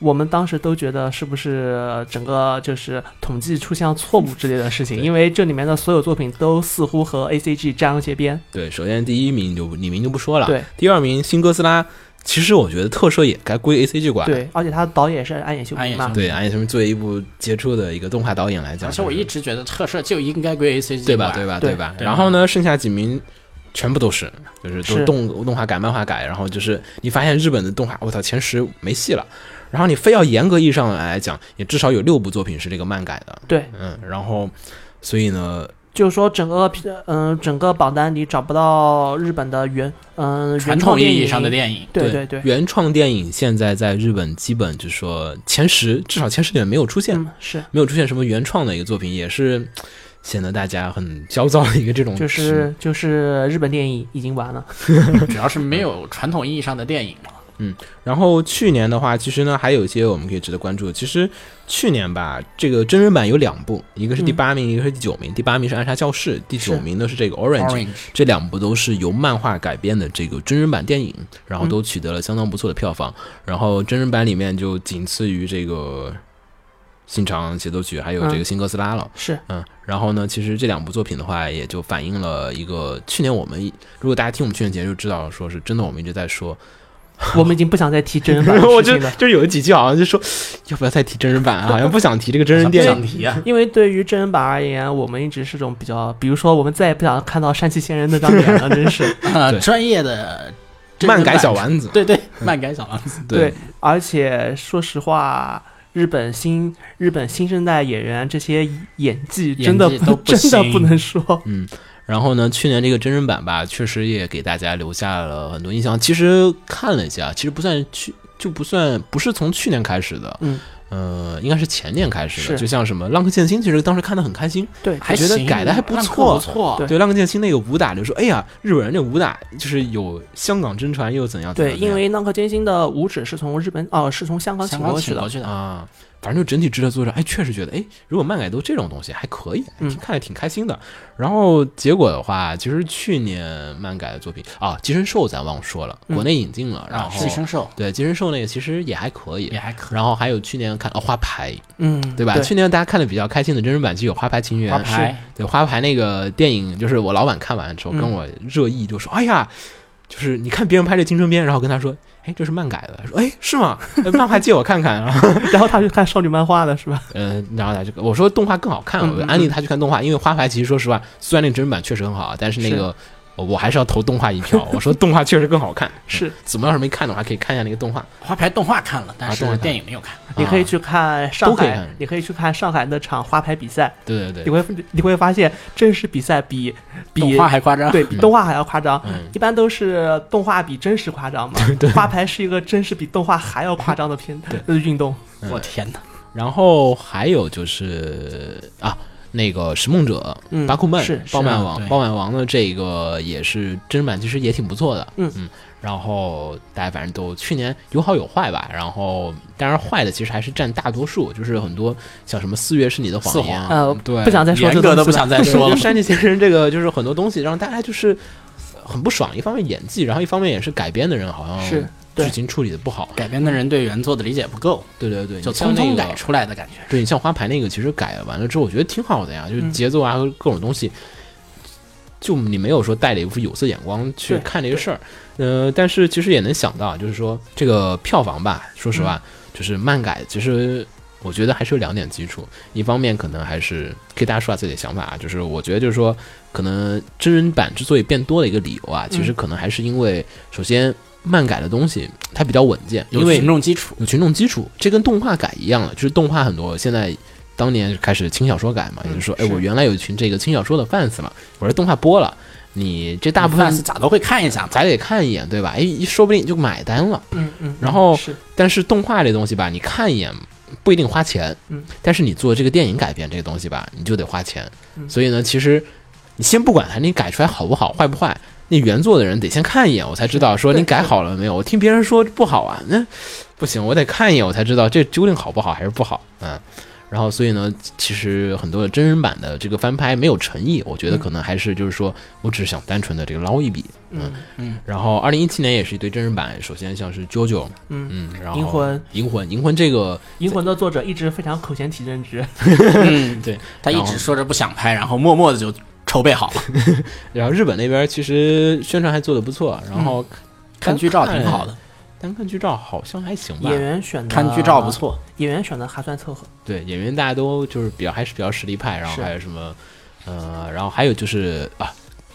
[SPEAKER 2] 我们当时都觉得是不是呃整个就是统计出现了错误之类的事情，因为这里面的所有作品都似乎和 A C G 沾了些边。
[SPEAKER 1] 对，首先第一名就不李明就不说了，
[SPEAKER 2] 对，
[SPEAKER 1] 第二名新哥斯拉，其实我觉得特摄也该归 A C G 管，
[SPEAKER 2] 对，而且他导演是安野秀
[SPEAKER 3] 安
[SPEAKER 2] 明
[SPEAKER 3] 野
[SPEAKER 2] 嘛
[SPEAKER 3] 秀，
[SPEAKER 1] 对，安野秀明作为一部杰出的一个动画导演来讲，
[SPEAKER 3] 而且我一直觉得特摄就应该归 A C G
[SPEAKER 1] 对吧，对吧，
[SPEAKER 2] 对
[SPEAKER 1] 吧。
[SPEAKER 3] 对
[SPEAKER 1] 然后呢，剩下几名全部都是，就是都是
[SPEAKER 2] 是
[SPEAKER 1] 动动画改、漫画改，然后就是你发现日本的动画，我操，前十没戏了。然后你非要严格意义上来讲，也至少有六部作品是这个漫改的，
[SPEAKER 2] 对，
[SPEAKER 1] 嗯，然后所以呢，
[SPEAKER 2] 就是说整个嗯、整个榜单里找不到日本的原嗯、
[SPEAKER 3] 传
[SPEAKER 2] 原创
[SPEAKER 3] 统意
[SPEAKER 2] 电
[SPEAKER 3] 义
[SPEAKER 2] 影
[SPEAKER 3] 上的电影，
[SPEAKER 2] 对对对，
[SPEAKER 1] 原创电影现在在日本基本就是说前十，至少前十里面没有出现
[SPEAKER 2] 嗯是
[SPEAKER 1] 没有出现什么原创的一个作品，也是显得大家很焦躁的一个这种。
[SPEAKER 2] 就是就是日本电影已经完了，
[SPEAKER 3] 主要是没有传统意义上的电影嘛。
[SPEAKER 1] 然后去年的话，其实呢还有一些我们可以值得关注的。其实去年吧，这个真人版有两部，一个是第
[SPEAKER 2] 嗯
[SPEAKER 1] 八名，一个是第九名。第八名是《暗杀教室》，第九
[SPEAKER 2] 是
[SPEAKER 1] 名呢是这个《Orange》。
[SPEAKER 3] Orange
[SPEAKER 1] 这两部都是由漫画改编的这个真人版电影，然后都取得了相当不错的票房。然后真人版里面就仅次于这个《新长协奏曲》还有这个《新哥斯拉》了。
[SPEAKER 2] 是
[SPEAKER 1] 嗯，然后呢，其实这两部作品的话，也就反映了一个去年我们如果大家听我们去年节目就知道，说是真的，我们一直在 说，
[SPEAKER 2] 我们已经不想再提真人 版的事情了。
[SPEAKER 1] 就是有几句好像就说要不要再提真人版啊，好像不想提这个真人
[SPEAKER 3] 不
[SPEAKER 1] 电
[SPEAKER 3] 想
[SPEAKER 1] 影。
[SPEAKER 3] 提啊，
[SPEAKER 2] 因为对于真人版而言，我们一直是种比较，比如说我们再也不想看到山崎贤人那张脸了，真是。
[SPEAKER 1] 对
[SPEAKER 3] 呃专业的真人
[SPEAKER 1] 漫
[SPEAKER 3] 版
[SPEAKER 1] 改小丸子，
[SPEAKER 3] 对对，漫改小王子，
[SPEAKER 2] 对，而且说实话，日本新日本新生代演员这些演技真的
[SPEAKER 3] 演技都 不
[SPEAKER 2] 真的
[SPEAKER 3] 行
[SPEAKER 2] 不能说，
[SPEAKER 1] 然后呢，去年这个真人版吧，确实也给大家留下了很多印象。其实看了一下，其实不算去，就不算不是从去年开始的，
[SPEAKER 2] 嗯，
[SPEAKER 1] 呃，应该是前年开始的。
[SPEAKER 2] 是
[SPEAKER 1] 就像什么《浪客剑心》，其实当时看的很开心，
[SPEAKER 2] 对，
[SPEAKER 1] 还觉得
[SPEAKER 3] 行
[SPEAKER 1] 改得还不
[SPEAKER 3] 那可
[SPEAKER 1] 错
[SPEAKER 3] 不错。
[SPEAKER 2] 对
[SPEAKER 1] 对《浪客剑心》那个武打，就说哎呀，日本人这武打就是有香港真传又怎样怎
[SPEAKER 2] 对，
[SPEAKER 1] 样怎
[SPEAKER 2] 因
[SPEAKER 1] 样
[SPEAKER 2] 为《浪客剑心》的五指是从日本哦、是从香港请
[SPEAKER 3] 香
[SPEAKER 2] 过
[SPEAKER 3] 港
[SPEAKER 2] 去
[SPEAKER 3] 请
[SPEAKER 2] 的
[SPEAKER 3] 过，去的，
[SPEAKER 1] 啊。反正就整体制作作者，哎，确实觉得，哎，如果漫改都这种东西还可以，还
[SPEAKER 2] 嗯
[SPEAKER 1] 挺看着挺开心的。然后结果的话，其实去年漫改的作品啊，《寄生兽》咱忘说了，
[SPEAKER 2] 嗯
[SPEAKER 1] 国内引进了，然
[SPEAKER 3] 然
[SPEAKER 1] 后
[SPEAKER 3] 啊后寄生兽
[SPEAKER 1] 对《寄生兽》那个其实也还可以
[SPEAKER 3] 也。还可以。
[SPEAKER 1] 然后还有去年看哦花牌，
[SPEAKER 2] 嗯，
[SPEAKER 1] 对 吧？去年大家看的比较开心的真人版就有《花牌情缘》，
[SPEAKER 3] 花牌
[SPEAKER 1] 对花牌那个电影，就是我老板看完之后
[SPEAKER 2] 嗯
[SPEAKER 1] 跟我热议，就说：“哎呀，就是你看别人拍这青春片，然后跟他说，哎，这是漫改的。”他说：“哎，是吗？ 哎漫画借我看看。”然后，
[SPEAKER 2] 然后他去看少女漫画的是吧？
[SPEAKER 1] 呃，然后他就跟我说动画更好看，我
[SPEAKER 2] 嗯嗯
[SPEAKER 1] 安利他去看动画，因为花牌其实说实话，虽然那个真人版确实很好，但是那个我我还是要投动画一票。我说动画确实更好看， 嗯
[SPEAKER 2] 是，
[SPEAKER 1] 怎么要是没看的话，可以看一下那个动画。
[SPEAKER 3] 花牌动画看了，但
[SPEAKER 1] 啊动画
[SPEAKER 3] 是
[SPEAKER 1] 看
[SPEAKER 3] 电影没有看。
[SPEAKER 2] 你可以
[SPEAKER 1] 啊
[SPEAKER 2] 去看上
[SPEAKER 1] 都可以
[SPEAKER 2] 海，
[SPEAKER 1] 看
[SPEAKER 2] 你可以去看上海那场花牌比赛，
[SPEAKER 1] 对对
[SPEAKER 2] 你
[SPEAKER 1] 对，
[SPEAKER 2] 会你会发现真实比赛比比
[SPEAKER 3] 动画还啊夸张，
[SPEAKER 2] 对比
[SPEAKER 1] 嗯
[SPEAKER 2] 动画还要夸张。
[SPEAKER 1] 嗯，
[SPEAKER 2] 一般都是动画比真实夸张嘛，花牌是一个真实比动画还要夸张的片
[SPEAKER 1] 对
[SPEAKER 2] 呃运动。
[SPEAKER 1] 嗯
[SPEAKER 3] 我天哪！
[SPEAKER 1] 然后还有就是啊，那个《拾梦者》
[SPEAKER 2] 嗯
[SPEAKER 1] 巴库曼
[SPEAKER 2] 是、
[SPEAKER 1] 爆
[SPEAKER 3] 是啊
[SPEAKER 1] 漫王、
[SPEAKER 3] 对
[SPEAKER 1] 爆漫王的这个也是真人版，其实也挺不错的。
[SPEAKER 2] 嗯
[SPEAKER 1] 然后大家反正都去年有好有坏吧。然后当然坏的其实还是占大多数，就是很多像什么《四月是你的
[SPEAKER 3] 四
[SPEAKER 1] 谎言》
[SPEAKER 3] 皇
[SPEAKER 2] 呃，
[SPEAKER 1] 啊对，
[SPEAKER 2] 不想再说这
[SPEAKER 3] 严
[SPEAKER 2] 个
[SPEAKER 3] 格
[SPEAKER 2] 东
[SPEAKER 3] 的
[SPEAKER 2] 西
[SPEAKER 3] 不
[SPEAKER 2] 了
[SPEAKER 3] 想再
[SPEAKER 1] 对
[SPEAKER 3] 说
[SPEAKER 1] 就
[SPEAKER 3] 了。
[SPEAKER 1] 山地先生这个就是很多东西让大家就是呃很不爽，一方面演技，然后一方面也是改编的人好像
[SPEAKER 2] 是对
[SPEAKER 1] 剧情处理的不好。
[SPEAKER 3] 改编的人对原作的理解不够，
[SPEAKER 1] 对对对，
[SPEAKER 3] 就
[SPEAKER 1] 你像
[SPEAKER 3] 匆
[SPEAKER 1] 那
[SPEAKER 3] 匆
[SPEAKER 1] 个
[SPEAKER 3] 改出来的感觉。
[SPEAKER 1] 对你像花牌那个，其实改完了之后，我觉得挺好的呀，就是
[SPEAKER 2] 嗯
[SPEAKER 1] 节奏啊和各种东西，就你没有说带着一副有色眼光去
[SPEAKER 2] 对
[SPEAKER 1] 看这个事儿。呃，但是其实也能想到，就是说这个票房吧，说
[SPEAKER 2] 嗯
[SPEAKER 1] 实话，就是漫改，其实我觉得还是有两点基础。一方面可能还是给大家说下自己的想法啊，就是我觉得就是说，可能真人版之所以变多的一个理由啊，其实
[SPEAKER 2] 嗯
[SPEAKER 1] 可能还是因为首先。漫改的东西它比较稳健，因
[SPEAKER 3] 有
[SPEAKER 1] 为
[SPEAKER 3] 群众基础，
[SPEAKER 1] 有群众基础，这跟动画改一样了，就是动画很多现在当年开始轻小说改嘛，也就是说，哎，
[SPEAKER 2] 是
[SPEAKER 1] 我原来有一群这个轻小说的 fans 嘛，我这动画播了，你这大部分
[SPEAKER 3] 是咋都会看一下嘛。
[SPEAKER 1] 咱得看一眼，对吧？哎，一说不定你就买单了。
[SPEAKER 2] 嗯嗯，
[SPEAKER 1] 然后
[SPEAKER 2] 是
[SPEAKER 1] 但是动画这东西吧，你看一眼不一定花钱，
[SPEAKER 2] 嗯，
[SPEAKER 1] 但是你做这个电影改编这个东西吧，你就得花钱，
[SPEAKER 2] 嗯
[SPEAKER 1] 所以呢，其实你先不管它你改出来好不好坏不坏，那原作的人得先看一眼，我才知道说
[SPEAKER 2] 对
[SPEAKER 1] 你改好了没有。我听别人说不好啊，那不行，我得看一眼，我才知道这究竟好不好还是不好，嗯。然后，所以呢，其实很多的真人版的这个翻拍没有诚意，我觉得
[SPEAKER 2] 嗯
[SPEAKER 1] 可能还是就是说，我只是想单纯的这个捞一笔。
[SPEAKER 2] 嗯
[SPEAKER 1] 然后，二零一七年也是一对真人版，首先像是 JoJo，
[SPEAKER 2] 嗯，
[SPEAKER 1] 嗯，然后
[SPEAKER 2] 银魂
[SPEAKER 1] 银魂，银魂这个
[SPEAKER 2] 银魂的作者一直非常口嫌体正直。
[SPEAKER 3] 嗯，
[SPEAKER 1] 对，
[SPEAKER 3] 他
[SPEAKER 1] 然
[SPEAKER 3] 一
[SPEAKER 1] 后
[SPEAKER 3] 直说着不想拍，然后默默的就筹备好了，
[SPEAKER 1] 然后日本那边其实宣传还做得不错，然后
[SPEAKER 2] 嗯
[SPEAKER 3] 看剧照挺
[SPEAKER 1] 啊
[SPEAKER 3] 好的，
[SPEAKER 1] 单看剧照好像还行吧
[SPEAKER 2] 演。员选的
[SPEAKER 3] 看剧照不，错。
[SPEAKER 2] 演员选的还算凑合。
[SPEAKER 1] 对，演员大家都就是比较还是比较实力派，然后
[SPEAKER 2] 是
[SPEAKER 1] 还有什么，呃，然后还有就是啊，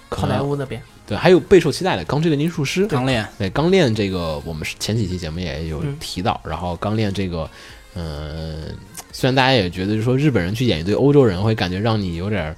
[SPEAKER 1] 可
[SPEAKER 2] 好莱
[SPEAKER 1] 能
[SPEAKER 2] 坞那边，
[SPEAKER 1] 对，还有备受期待的《钢之炼金术师》。
[SPEAKER 3] 刚练
[SPEAKER 1] 对，《钢炼》这个我们是前几期节目也有
[SPEAKER 2] 嗯
[SPEAKER 1] 提到，然后《钢炼》这个，嗯、虽然大家也觉得就是说日本人去演一对欧洲人会感觉让你有点儿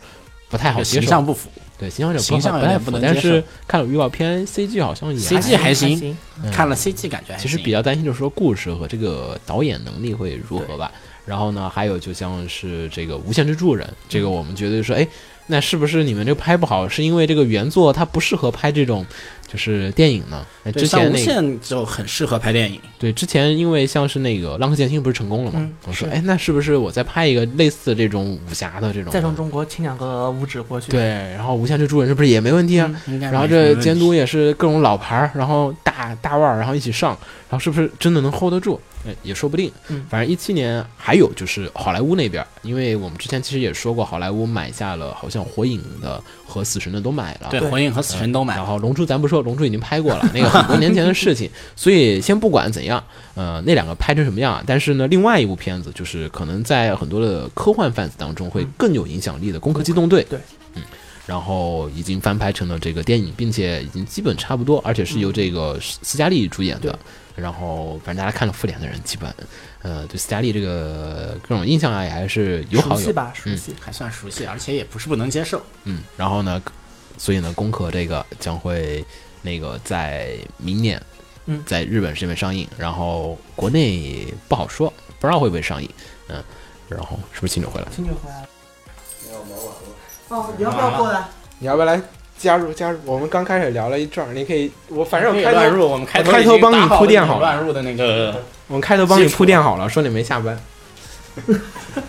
[SPEAKER 1] 不太好接
[SPEAKER 3] 形
[SPEAKER 1] 受，
[SPEAKER 3] 象不符，
[SPEAKER 1] 对形象有点
[SPEAKER 3] 形象
[SPEAKER 1] 不
[SPEAKER 3] 有
[SPEAKER 1] 太
[SPEAKER 3] 点
[SPEAKER 1] 符
[SPEAKER 3] 不能
[SPEAKER 1] 但
[SPEAKER 3] 接
[SPEAKER 1] 是
[SPEAKER 3] 受
[SPEAKER 1] 看了预告片，CG 好像也
[SPEAKER 3] CG
[SPEAKER 1] 还
[SPEAKER 3] 还行
[SPEAKER 2] 行，
[SPEAKER 1] 嗯
[SPEAKER 3] 看了 CG 感觉还
[SPEAKER 1] 其实
[SPEAKER 3] 行
[SPEAKER 1] 比较担心就是说故事和这个导演能力会如何吧。然后呢，还有就像是这个《无限制助人》，这个
[SPEAKER 3] 嗯
[SPEAKER 1] 我们觉得说，哎，那是不是你们这拍不好，是因为这个原作它不适合拍这种就是电影呢？那
[SPEAKER 3] 对
[SPEAKER 1] 之前
[SPEAKER 3] 像无
[SPEAKER 1] 那个
[SPEAKER 3] 限就很适合拍电影，
[SPEAKER 1] 对之前因为像是那个《浪客剑心》不是成功了吗
[SPEAKER 2] 嗯？
[SPEAKER 1] 我说，
[SPEAKER 2] 是
[SPEAKER 1] 哎，那是不是我再拍一个类似这种武侠的这种？
[SPEAKER 2] 再从中国请两个五指过去。
[SPEAKER 1] 嗯对，然后《无限制助人》是不是也没问题啊？
[SPEAKER 2] 嗯
[SPEAKER 3] 应该没
[SPEAKER 1] 然后
[SPEAKER 3] 什么
[SPEAKER 1] 这
[SPEAKER 3] 问题
[SPEAKER 1] 监督也是各种老牌儿，然后大大腕儿，然后一起上，然后是不是真的能 hold 得住？呃也说不定。
[SPEAKER 2] 嗯
[SPEAKER 1] 反正一七年还有就是好莱坞那边儿，因为我们之前其实也说过，好莱坞买下了好像《火影》的和《死神》的都买了。
[SPEAKER 3] 对
[SPEAKER 2] 对
[SPEAKER 3] 《火影》和《死神》都买
[SPEAKER 1] 嗯然
[SPEAKER 3] 了，
[SPEAKER 1] 后《龙珠》咱不说，《龙珠》已经拍过了，那个很多年前的事情，所以先不管怎样，呃，那两个拍成什么样啊，但是呢，另外一部片子就是可能在很多的科幻 fans 当中会更有影响力的《攻壳机动队》，
[SPEAKER 2] 嗯对，
[SPEAKER 1] 嗯，然后已经翻拍成了这个电影，并且已经基本差不多，而且是
[SPEAKER 2] 嗯
[SPEAKER 1] 由这个斯斯嘉丽主演的。然后，反正大家看了《复联》的人，基本，呃，对斯嘉丽这个各种印象啊，也还是有
[SPEAKER 2] 熟
[SPEAKER 1] 好有
[SPEAKER 2] 悉吧，熟悉。
[SPEAKER 3] 还算熟悉，而且也不是不能接受。
[SPEAKER 1] 嗯，然后呢，所以呢，《攻壳》这个将会那个在明年，
[SPEAKER 2] 嗯
[SPEAKER 1] 在日本这边上映，然后国内不好说，不知道会不会上映，嗯，然后是不是秦九回来？
[SPEAKER 2] 清楚回来了。哦，你要不要过来？
[SPEAKER 4] 你要不要来加入加入？我们刚开始聊了一阵儿，你可以，我反正我
[SPEAKER 3] 可以
[SPEAKER 4] 开
[SPEAKER 3] 乱
[SPEAKER 4] 头
[SPEAKER 3] 入，我们开头
[SPEAKER 4] 我开头
[SPEAKER 3] 已经
[SPEAKER 4] 帮
[SPEAKER 3] 打
[SPEAKER 4] 你
[SPEAKER 3] 好
[SPEAKER 4] 铺垫
[SPEAKER 3] 那种
[SPEAKER 4] 好了
[SPEAKER 3] 乱入的那个，
[SPEAKER 4] 我们开头帮你铺垫好了，说你没下班，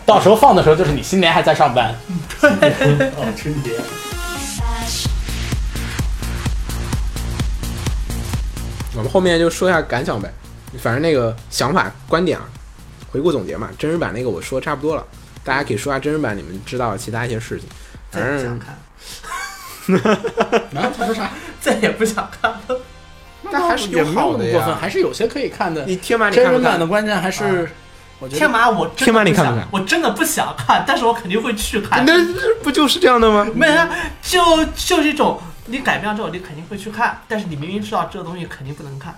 [SPEAKER 3] 到时候放的时候就是你新年还在上班。
[SPEAKER 4] 我们后面就说一下感想呗。反正那个想法观点啊，回顾总结嘛，真人版那个我说差不多了，大家可以说下真人版你们知道的其他一些事情。反
[SPEAKER 2] 再也不想
[SPEAKER 4] 正
[SPEAKER 2] 看，
[SPEAKER 3] 啊，他说啥？
[SPEAKER 2] 再也不想看了。
[SPEAKER 4] 但还是
[SPEAKER 3] 也
[SPEAKER 4] 有
[SPEAKER 3] 没有
[SPEAKER 4] 好
[SPEAKER 3] 那
[SPEAKER 4] 的
[SPEAKER 3] 么过分，
[SPEAKER 4] 呀。
[SPEAKER 3] 还是有些可以看的。
[SPEAKER 4] 你天马你
[SPEAKER 3] 真
[SPEAKER 4] 看不
[SPEAKER 3] 人
[SPEAKER 4] 看啊
[SPEAKER 3] 版？的观战还是，我觉
[SPEAKER 2] 天
[SPEAKER 3] 得
[SPEAKER 2] 马，我真的
[SPEAKER 4] 天马你
[SPEAKER 2] 不想
[SPEAKER 4] 看不看
[SPEAKER 2] 我真的不想看，但是我肯定会去看。
[SPEAKER 4] 那不就是这样的吗？
[SPEAKER 2] 没有，就就这种，你改编了之后，你肯定会去看，但是你明明知道这个东西肯定不能看。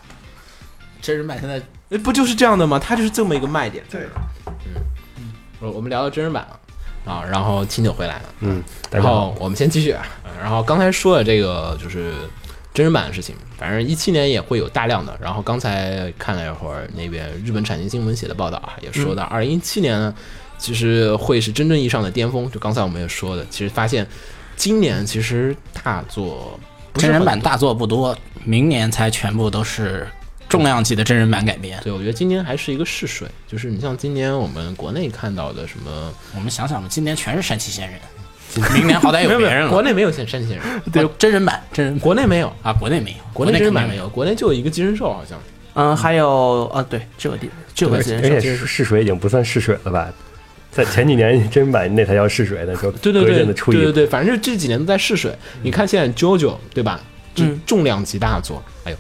[SPEAKER 3] 真人版现在
[SPEAKER 4] 呃不就是这样的吗？它就是这么一个卖点。
[SPEAKER 2] 对，
[SPEAKER 1] 我我们聊到真人版了。啊，然后秦九回来了，啊
[SPEAKER 5] 嗯，
[SPEAKER 1] 然后我们先继续啊。然后刚才说了这个就是真人版的事情，反正一七年也会有大量的。然后刚才看了一会儿那边日本产经新闻写的报道啊，也说到二零一七年呢，其实会是真正意义上的巅峰。就刚才我们也说的，其实发现今年其实大作不是
[SPEAKER 3] 真
[SPEAKER 1] 很
[SPEAKER 3] 人版大作不多，明年才全部都是重量级的真人版改编。
[SPEAKER 1] 对，我觉得今年还是一个试水，就是你像今年我们国内看到的什么，
[SPEAKER 3] 我们想想吧，今年全是山崎贤人，明年好歹有别人
[SPEAKER 1] 国
[SPEAKER 3] 了。
[SPEAKER 1] 内没有现山崎贤人，
[SPEAKER 3] 对，真人版真人
[SPEAKER 1] 国内没有，
[SPEAKER 3] 啊，国内没有，
[SPEAKER 1] 国
[SPEAKER 3] 内
[SPEAKER 1] 内真人
[SPEAKER 3] 肯定
[SPEAKER 1] 版
[SPEAKER 3] 没
[SPEAKER 1] 没
[SPEAKER 3] 有。
[SPEAKER 1] 有，国内就有一个寄生兽好像。
[SPEAKER 2] 嗯，还有啊，对，这个地，这个
[SPEAKER 1] 对
[SPEAKER 2] 地
[SPEAKER 5] 而
[SPEAKER 2] 人
[SPEAKER 5] 且
[SPEAKER 2] 生，
[SPEAKER 5] 试试水已经不算试水了吧？在前几年 真人版那才叫试水呢，就
[SPEAKER 1] 对
[SPEAKER 5] 隔
[SPEAKER 1] 对
[SPEAKER 5] 一
[SPEAKER 1] 对对
[SPEAKER 5] 阵子出
[SPEAKER 1] 对
[SPEAKER 5] 一
[SPEAKER 1] 对，反正就这几年都在试水。你看现在 JoJo 对吧？这
[SPEAKER 2] 嗯
[SPEAKER 1] 重量级大作，哎呦，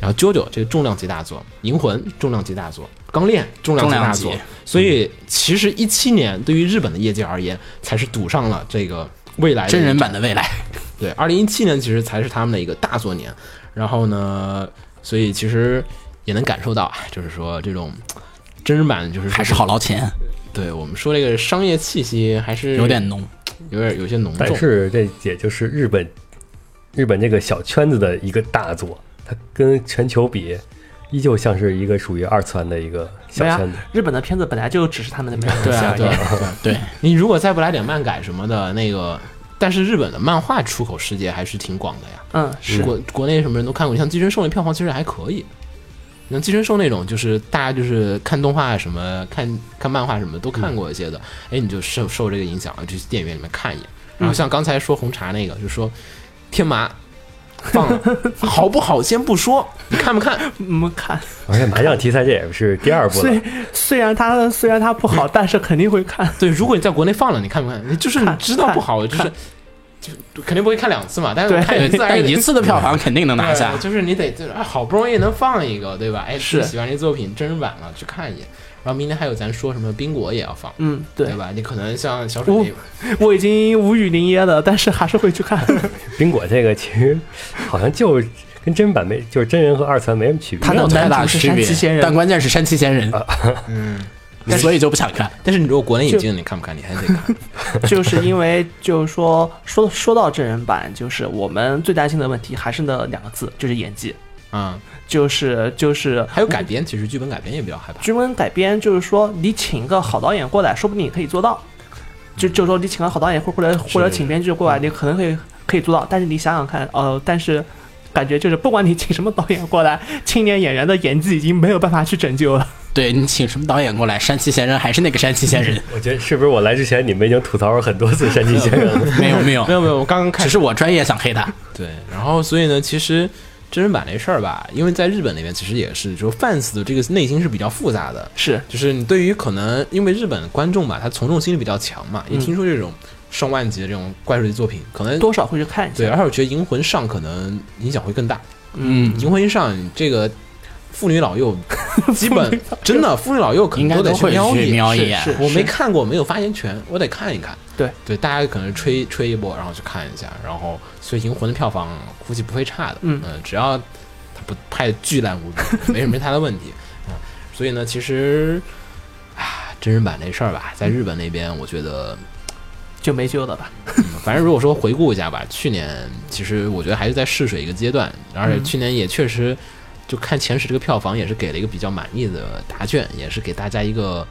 [SPEAKER 1] 然后 JoJo 这个重量级大作，银魂重量级大作，钢炼重量级大
[SPEAKER 3] 重
[SPEAKER 1] 作
[SPEAKER 3] 量级。
[SPEAKER 1] 所以其实一七年对于日本的业界而言，才是赌上了这个未来的
[SPEAKER 3] 真人版的未来，
[SPEAKER 1] 对，二零一七年其实才是他们的一个大作年。然后呢，所以其实也能感受到，哎就是说这种真人版就是
[SPEAKER 3] 还是好捞钱，
[SPEAKER 1] 对我们说这个商业气息还是
[SPEAKER 3] 有点浓。
[SPEAKER 1] 有点有些浓重
[SPEAKER 5] 但。是这也就是日本日本这个小圈子的一个大作，它跟全球比，依旧像是一个属于二次元的一个小
[SPEAKER 2] 对啊
[SPEAKER 5] 圈子。，
[SPEAKER 2] 日本的片子本来就只是他们的片子。
[SPEAKER 1] 对啊，对啊
[SPEAKER 3] 对，
[SPEAKER 1] 你如果再不来点漫改什么的，那个，但是日本的漫画出口世界还是挺广的呀。
[SPEAKER 2] 嗯，是
[SPEAKER 1] 国国内什么人都看过，像《寄生兽》那票房其实还可以。像《寄生兽》那种，就是大家就是看动画什么、看看漫画什么都看过一些的，
[SPEAKER 3] 嗯
[SPEAKER 1] 哎，你就受受这个影响，就去电影院里面看一眼。然后像刚才说红茶那个，就说天麻放了 好不好先不说，你看不看？
[SPEAKER 2] 嗯，看，
[SPEAKER 5] 而且麻将题材这也是第二部了
[SPEAKER 2] 虽，虽然它虽然它不好，但是肯定会看。
[SPEAKER 1] 对，如果你在国内放了，你看不看？你就是你
[SPEAKER 2] 看
[SPEAKER 1] 知道不好，就是
[SPEAKER 2] 看
[SPEAKER 1] 就肯定不会看两次嘛， 但是
[SPEAKER 2] 对
[SPEAKER 1] 我看一次还
[SPEAKER 3] 但
[SPEAKER 1] 是
[SPEAKER 3] 一次的票房肯定能拿下
[SPEAKER 1] 对。就是你得就是哎，好不容易能放一个，对吧？哎，
[SPEAKER 2] 是
[SPEAKER 1] 自己喜欢这作品真人版了，去看一眼。然后明天还有咱说什么冰果也要放，
[SPEAKER 2] 嗯，
[SPEAKER 1] 对哦
[SPEAKER 2] 对，
[SPEAKER 1] 吧？你可能像小水那种，
[SPEAKER 2] 我已经无语凝噎了，但是还是会去看。
[SPEAKER 5] 冰果这个其实好像就跟真版没，就是真人和二次元没什么区别
[SPEAKER 2] 它。
[SPEAKER 3] 没有太大
[SPEAKER 2] 男主是
[SPEAKER 3] 区
[SPEAKER 2] 山
[SPEAKER 3] 别
[SPEAKER 2] 崎贤，人
[SPEAKER 3] 但关键是山崎贤人，
[SPEAKER 1] 啊
[SPEAKER 3] 嗯，所以就不想看。
[SPEAKER 1] 但是你如果国内引进，你看不看？你还 得看。
[SPEAKER 2] 就是因为就是说说说到真人版，就是我们最担心的问题还是那两个字，就是演技，
[SPEAKER 1] 啊、
[SPEAKER 2] 就是就是
[SPEAKER 1] 还有改编，其实剧本改编也比较害怕。
[SPEAKER 2] 剧本改编，就是说你请个好导演过来，说不定也可以做到。
[SPEAKER 1] 嗯
[SPEAKER 2] 就就是说你请个好导演，或或者或者请编剧过来，你可能可以可以做到。但是你想想看，呃，但是感觉就是不管你请什么导演过来，青年演员的演技已经没有办法去拯救了。
[SPEAKER 3] 对你请什么导演过来，山崎贤人还是那个山崎贤人，
[SPEAKER 5] 我觉得是不是我来之前你们已经吐槽过很多次 山崎先生了？
[SPEAKER 3] 没有没有
[SPEAKER 1] 没，有没有，我刚刚看
[SPEAKER 3] 只是我专业想黑他。
[SPEAKER 1] 对，然后所以呢，其实真人版那事儿吧，因为在日本那边其实也是，就是 fans 的这个内心是比较复杂的，
[SPEAKER 2] 是，
[SPEAKER 1] 就是你对于可能因为日本观众吧，他从众心理比较强嘛，一
[SPEAKER 2] 嗯
[SPEAKER 1] 听说这种上万级的这种怪兽级作品，可能
[SPEAKER 2] 多少会去看一
[SPEAKER 1] 对，
[SPEAKER 2] 下。
[SPEAKER 1] 而且我觉得《银魂》上可能影响会更大，
[SPEAKER 3] 嗯
[SPEAKER 1] 《银魂》一上，这个妇女老幼基本真的妇女老幼可
[SPEAKER 3] 应
[SPEAKER 1] 能
[SPEAKER 3] 该
[SPEAKER 1] 得
[SPEAKER 3] 都会
[SPEAKER 1] 瞄
[SPEAKER 3] 去
[SPEAKER 1] 一
[SPEAKER 3] 瞄
[SPEAKER 1] 是
[SPEAKER 3] 一眼。
[SPEAKER 2] 是
[SPEAKER 1] 我没看过，没有发言权，我得看一看。
[SPEAKER 2] 对
[SPEAKER 1] 对，大家可能吹吹一波，然后去看一下，然后所以《银魂》的票房估计不会差的，
[SPEAKER 2] 嗯
[SPEAKER 1] 只要它不拍得巨烂无比， 没什么太大问题，嗯，所以呢，其实啊，真人版这事儿吧，在日本那边，我觉得
[SPEAKER 2] 就没救了吧？
[SPEAKER 1] 反正如果说回顾一下吧，去年其实我觉得还是在试水一个阶段，而
[SPEAKER 5] 嗯
[SPEAKER 1] 且去年也确实就看前十这个票房也是给了一个比较满意的答卷，也是给大家一个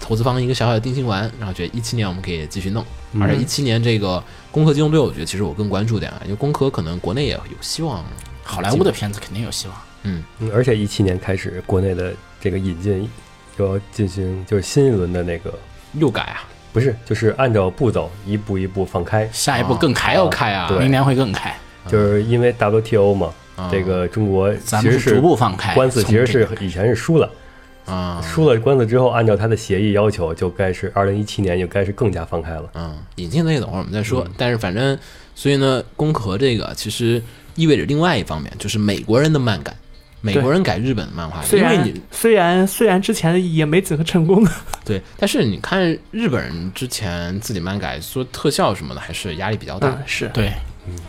[SPEAKER 1] 投资方一个小小的定心丸，然后觉得一七年我们可以继续弄，
[SPEAKER 5] 嗯
[SPEAKER 1] 而且一七年这个《攻壳机动队》，我觉得其实我更关注点啊，因为《攻壳》可能国内也有希望，
[SPEAKER 3] 好莱坞的片子肯定有希望。
[SPEAKER 5] 嗯，而且一七年开始，国内的这个引进就要进行就是新一轮的那个，
[SPEAKER 1] 又改啊，
[SPEAKER 5] 不是，就是按照步骤一步一步放开，
[SPEAKER 3] 下一步更开
[SPEAKER 1] 还要开啊，
[SPEAKER 5] 对
[SPEAKER 3] 明年会更开，
[SPEAKER 5] 就是因为 WTO 嘛，
[SPEAKER 1] 啊
[SPEAKER 5] 这个中国
[SPEAKER 3] 啊咱
[SPEAKER 5] 其
[SPEAKER 3] 们
[SPEAKER 5] 实
[SPEAKER 3] 是
[SPEAKER 5] 是
[SPEAKER 3] 逐步放开。
[SPEAKER 5] 官司，其实
[SPEAKER 3] 从这
[SPEAKER 5] 是
[SPEAKER 3] 个
[SPEAKER 5] 以前是输了，
[SPEAKER 1] 啊，
[SPEAKER 5] 输了官司之后，按照他的协议要求，就该是二零一七年就该是更加放开了。
[SPEAKER 1] 嗯，引进的那等会儿我们再
[SPEAKER 2] 嗯
[SPEAKER 1] 说。但是反正，所以呢，攻壳这个其实意味着另外一方面，就是美国人的漫改，美国人改日本漫画，
[SPEAKER 2] 虽
[SPEAKER 1] 因为
[SPEAKER 2] 然
[SPEAKER 1] 你
[SPEAKER 2] 虽然虽然之前也没怎么成功，
[SPEAKER 1] 对，但是你看日本人之前自己漫改做特效什么的，还是压力比较大。
[SPEAKER 2] 嗯，是
[SPEAKER 3] 对，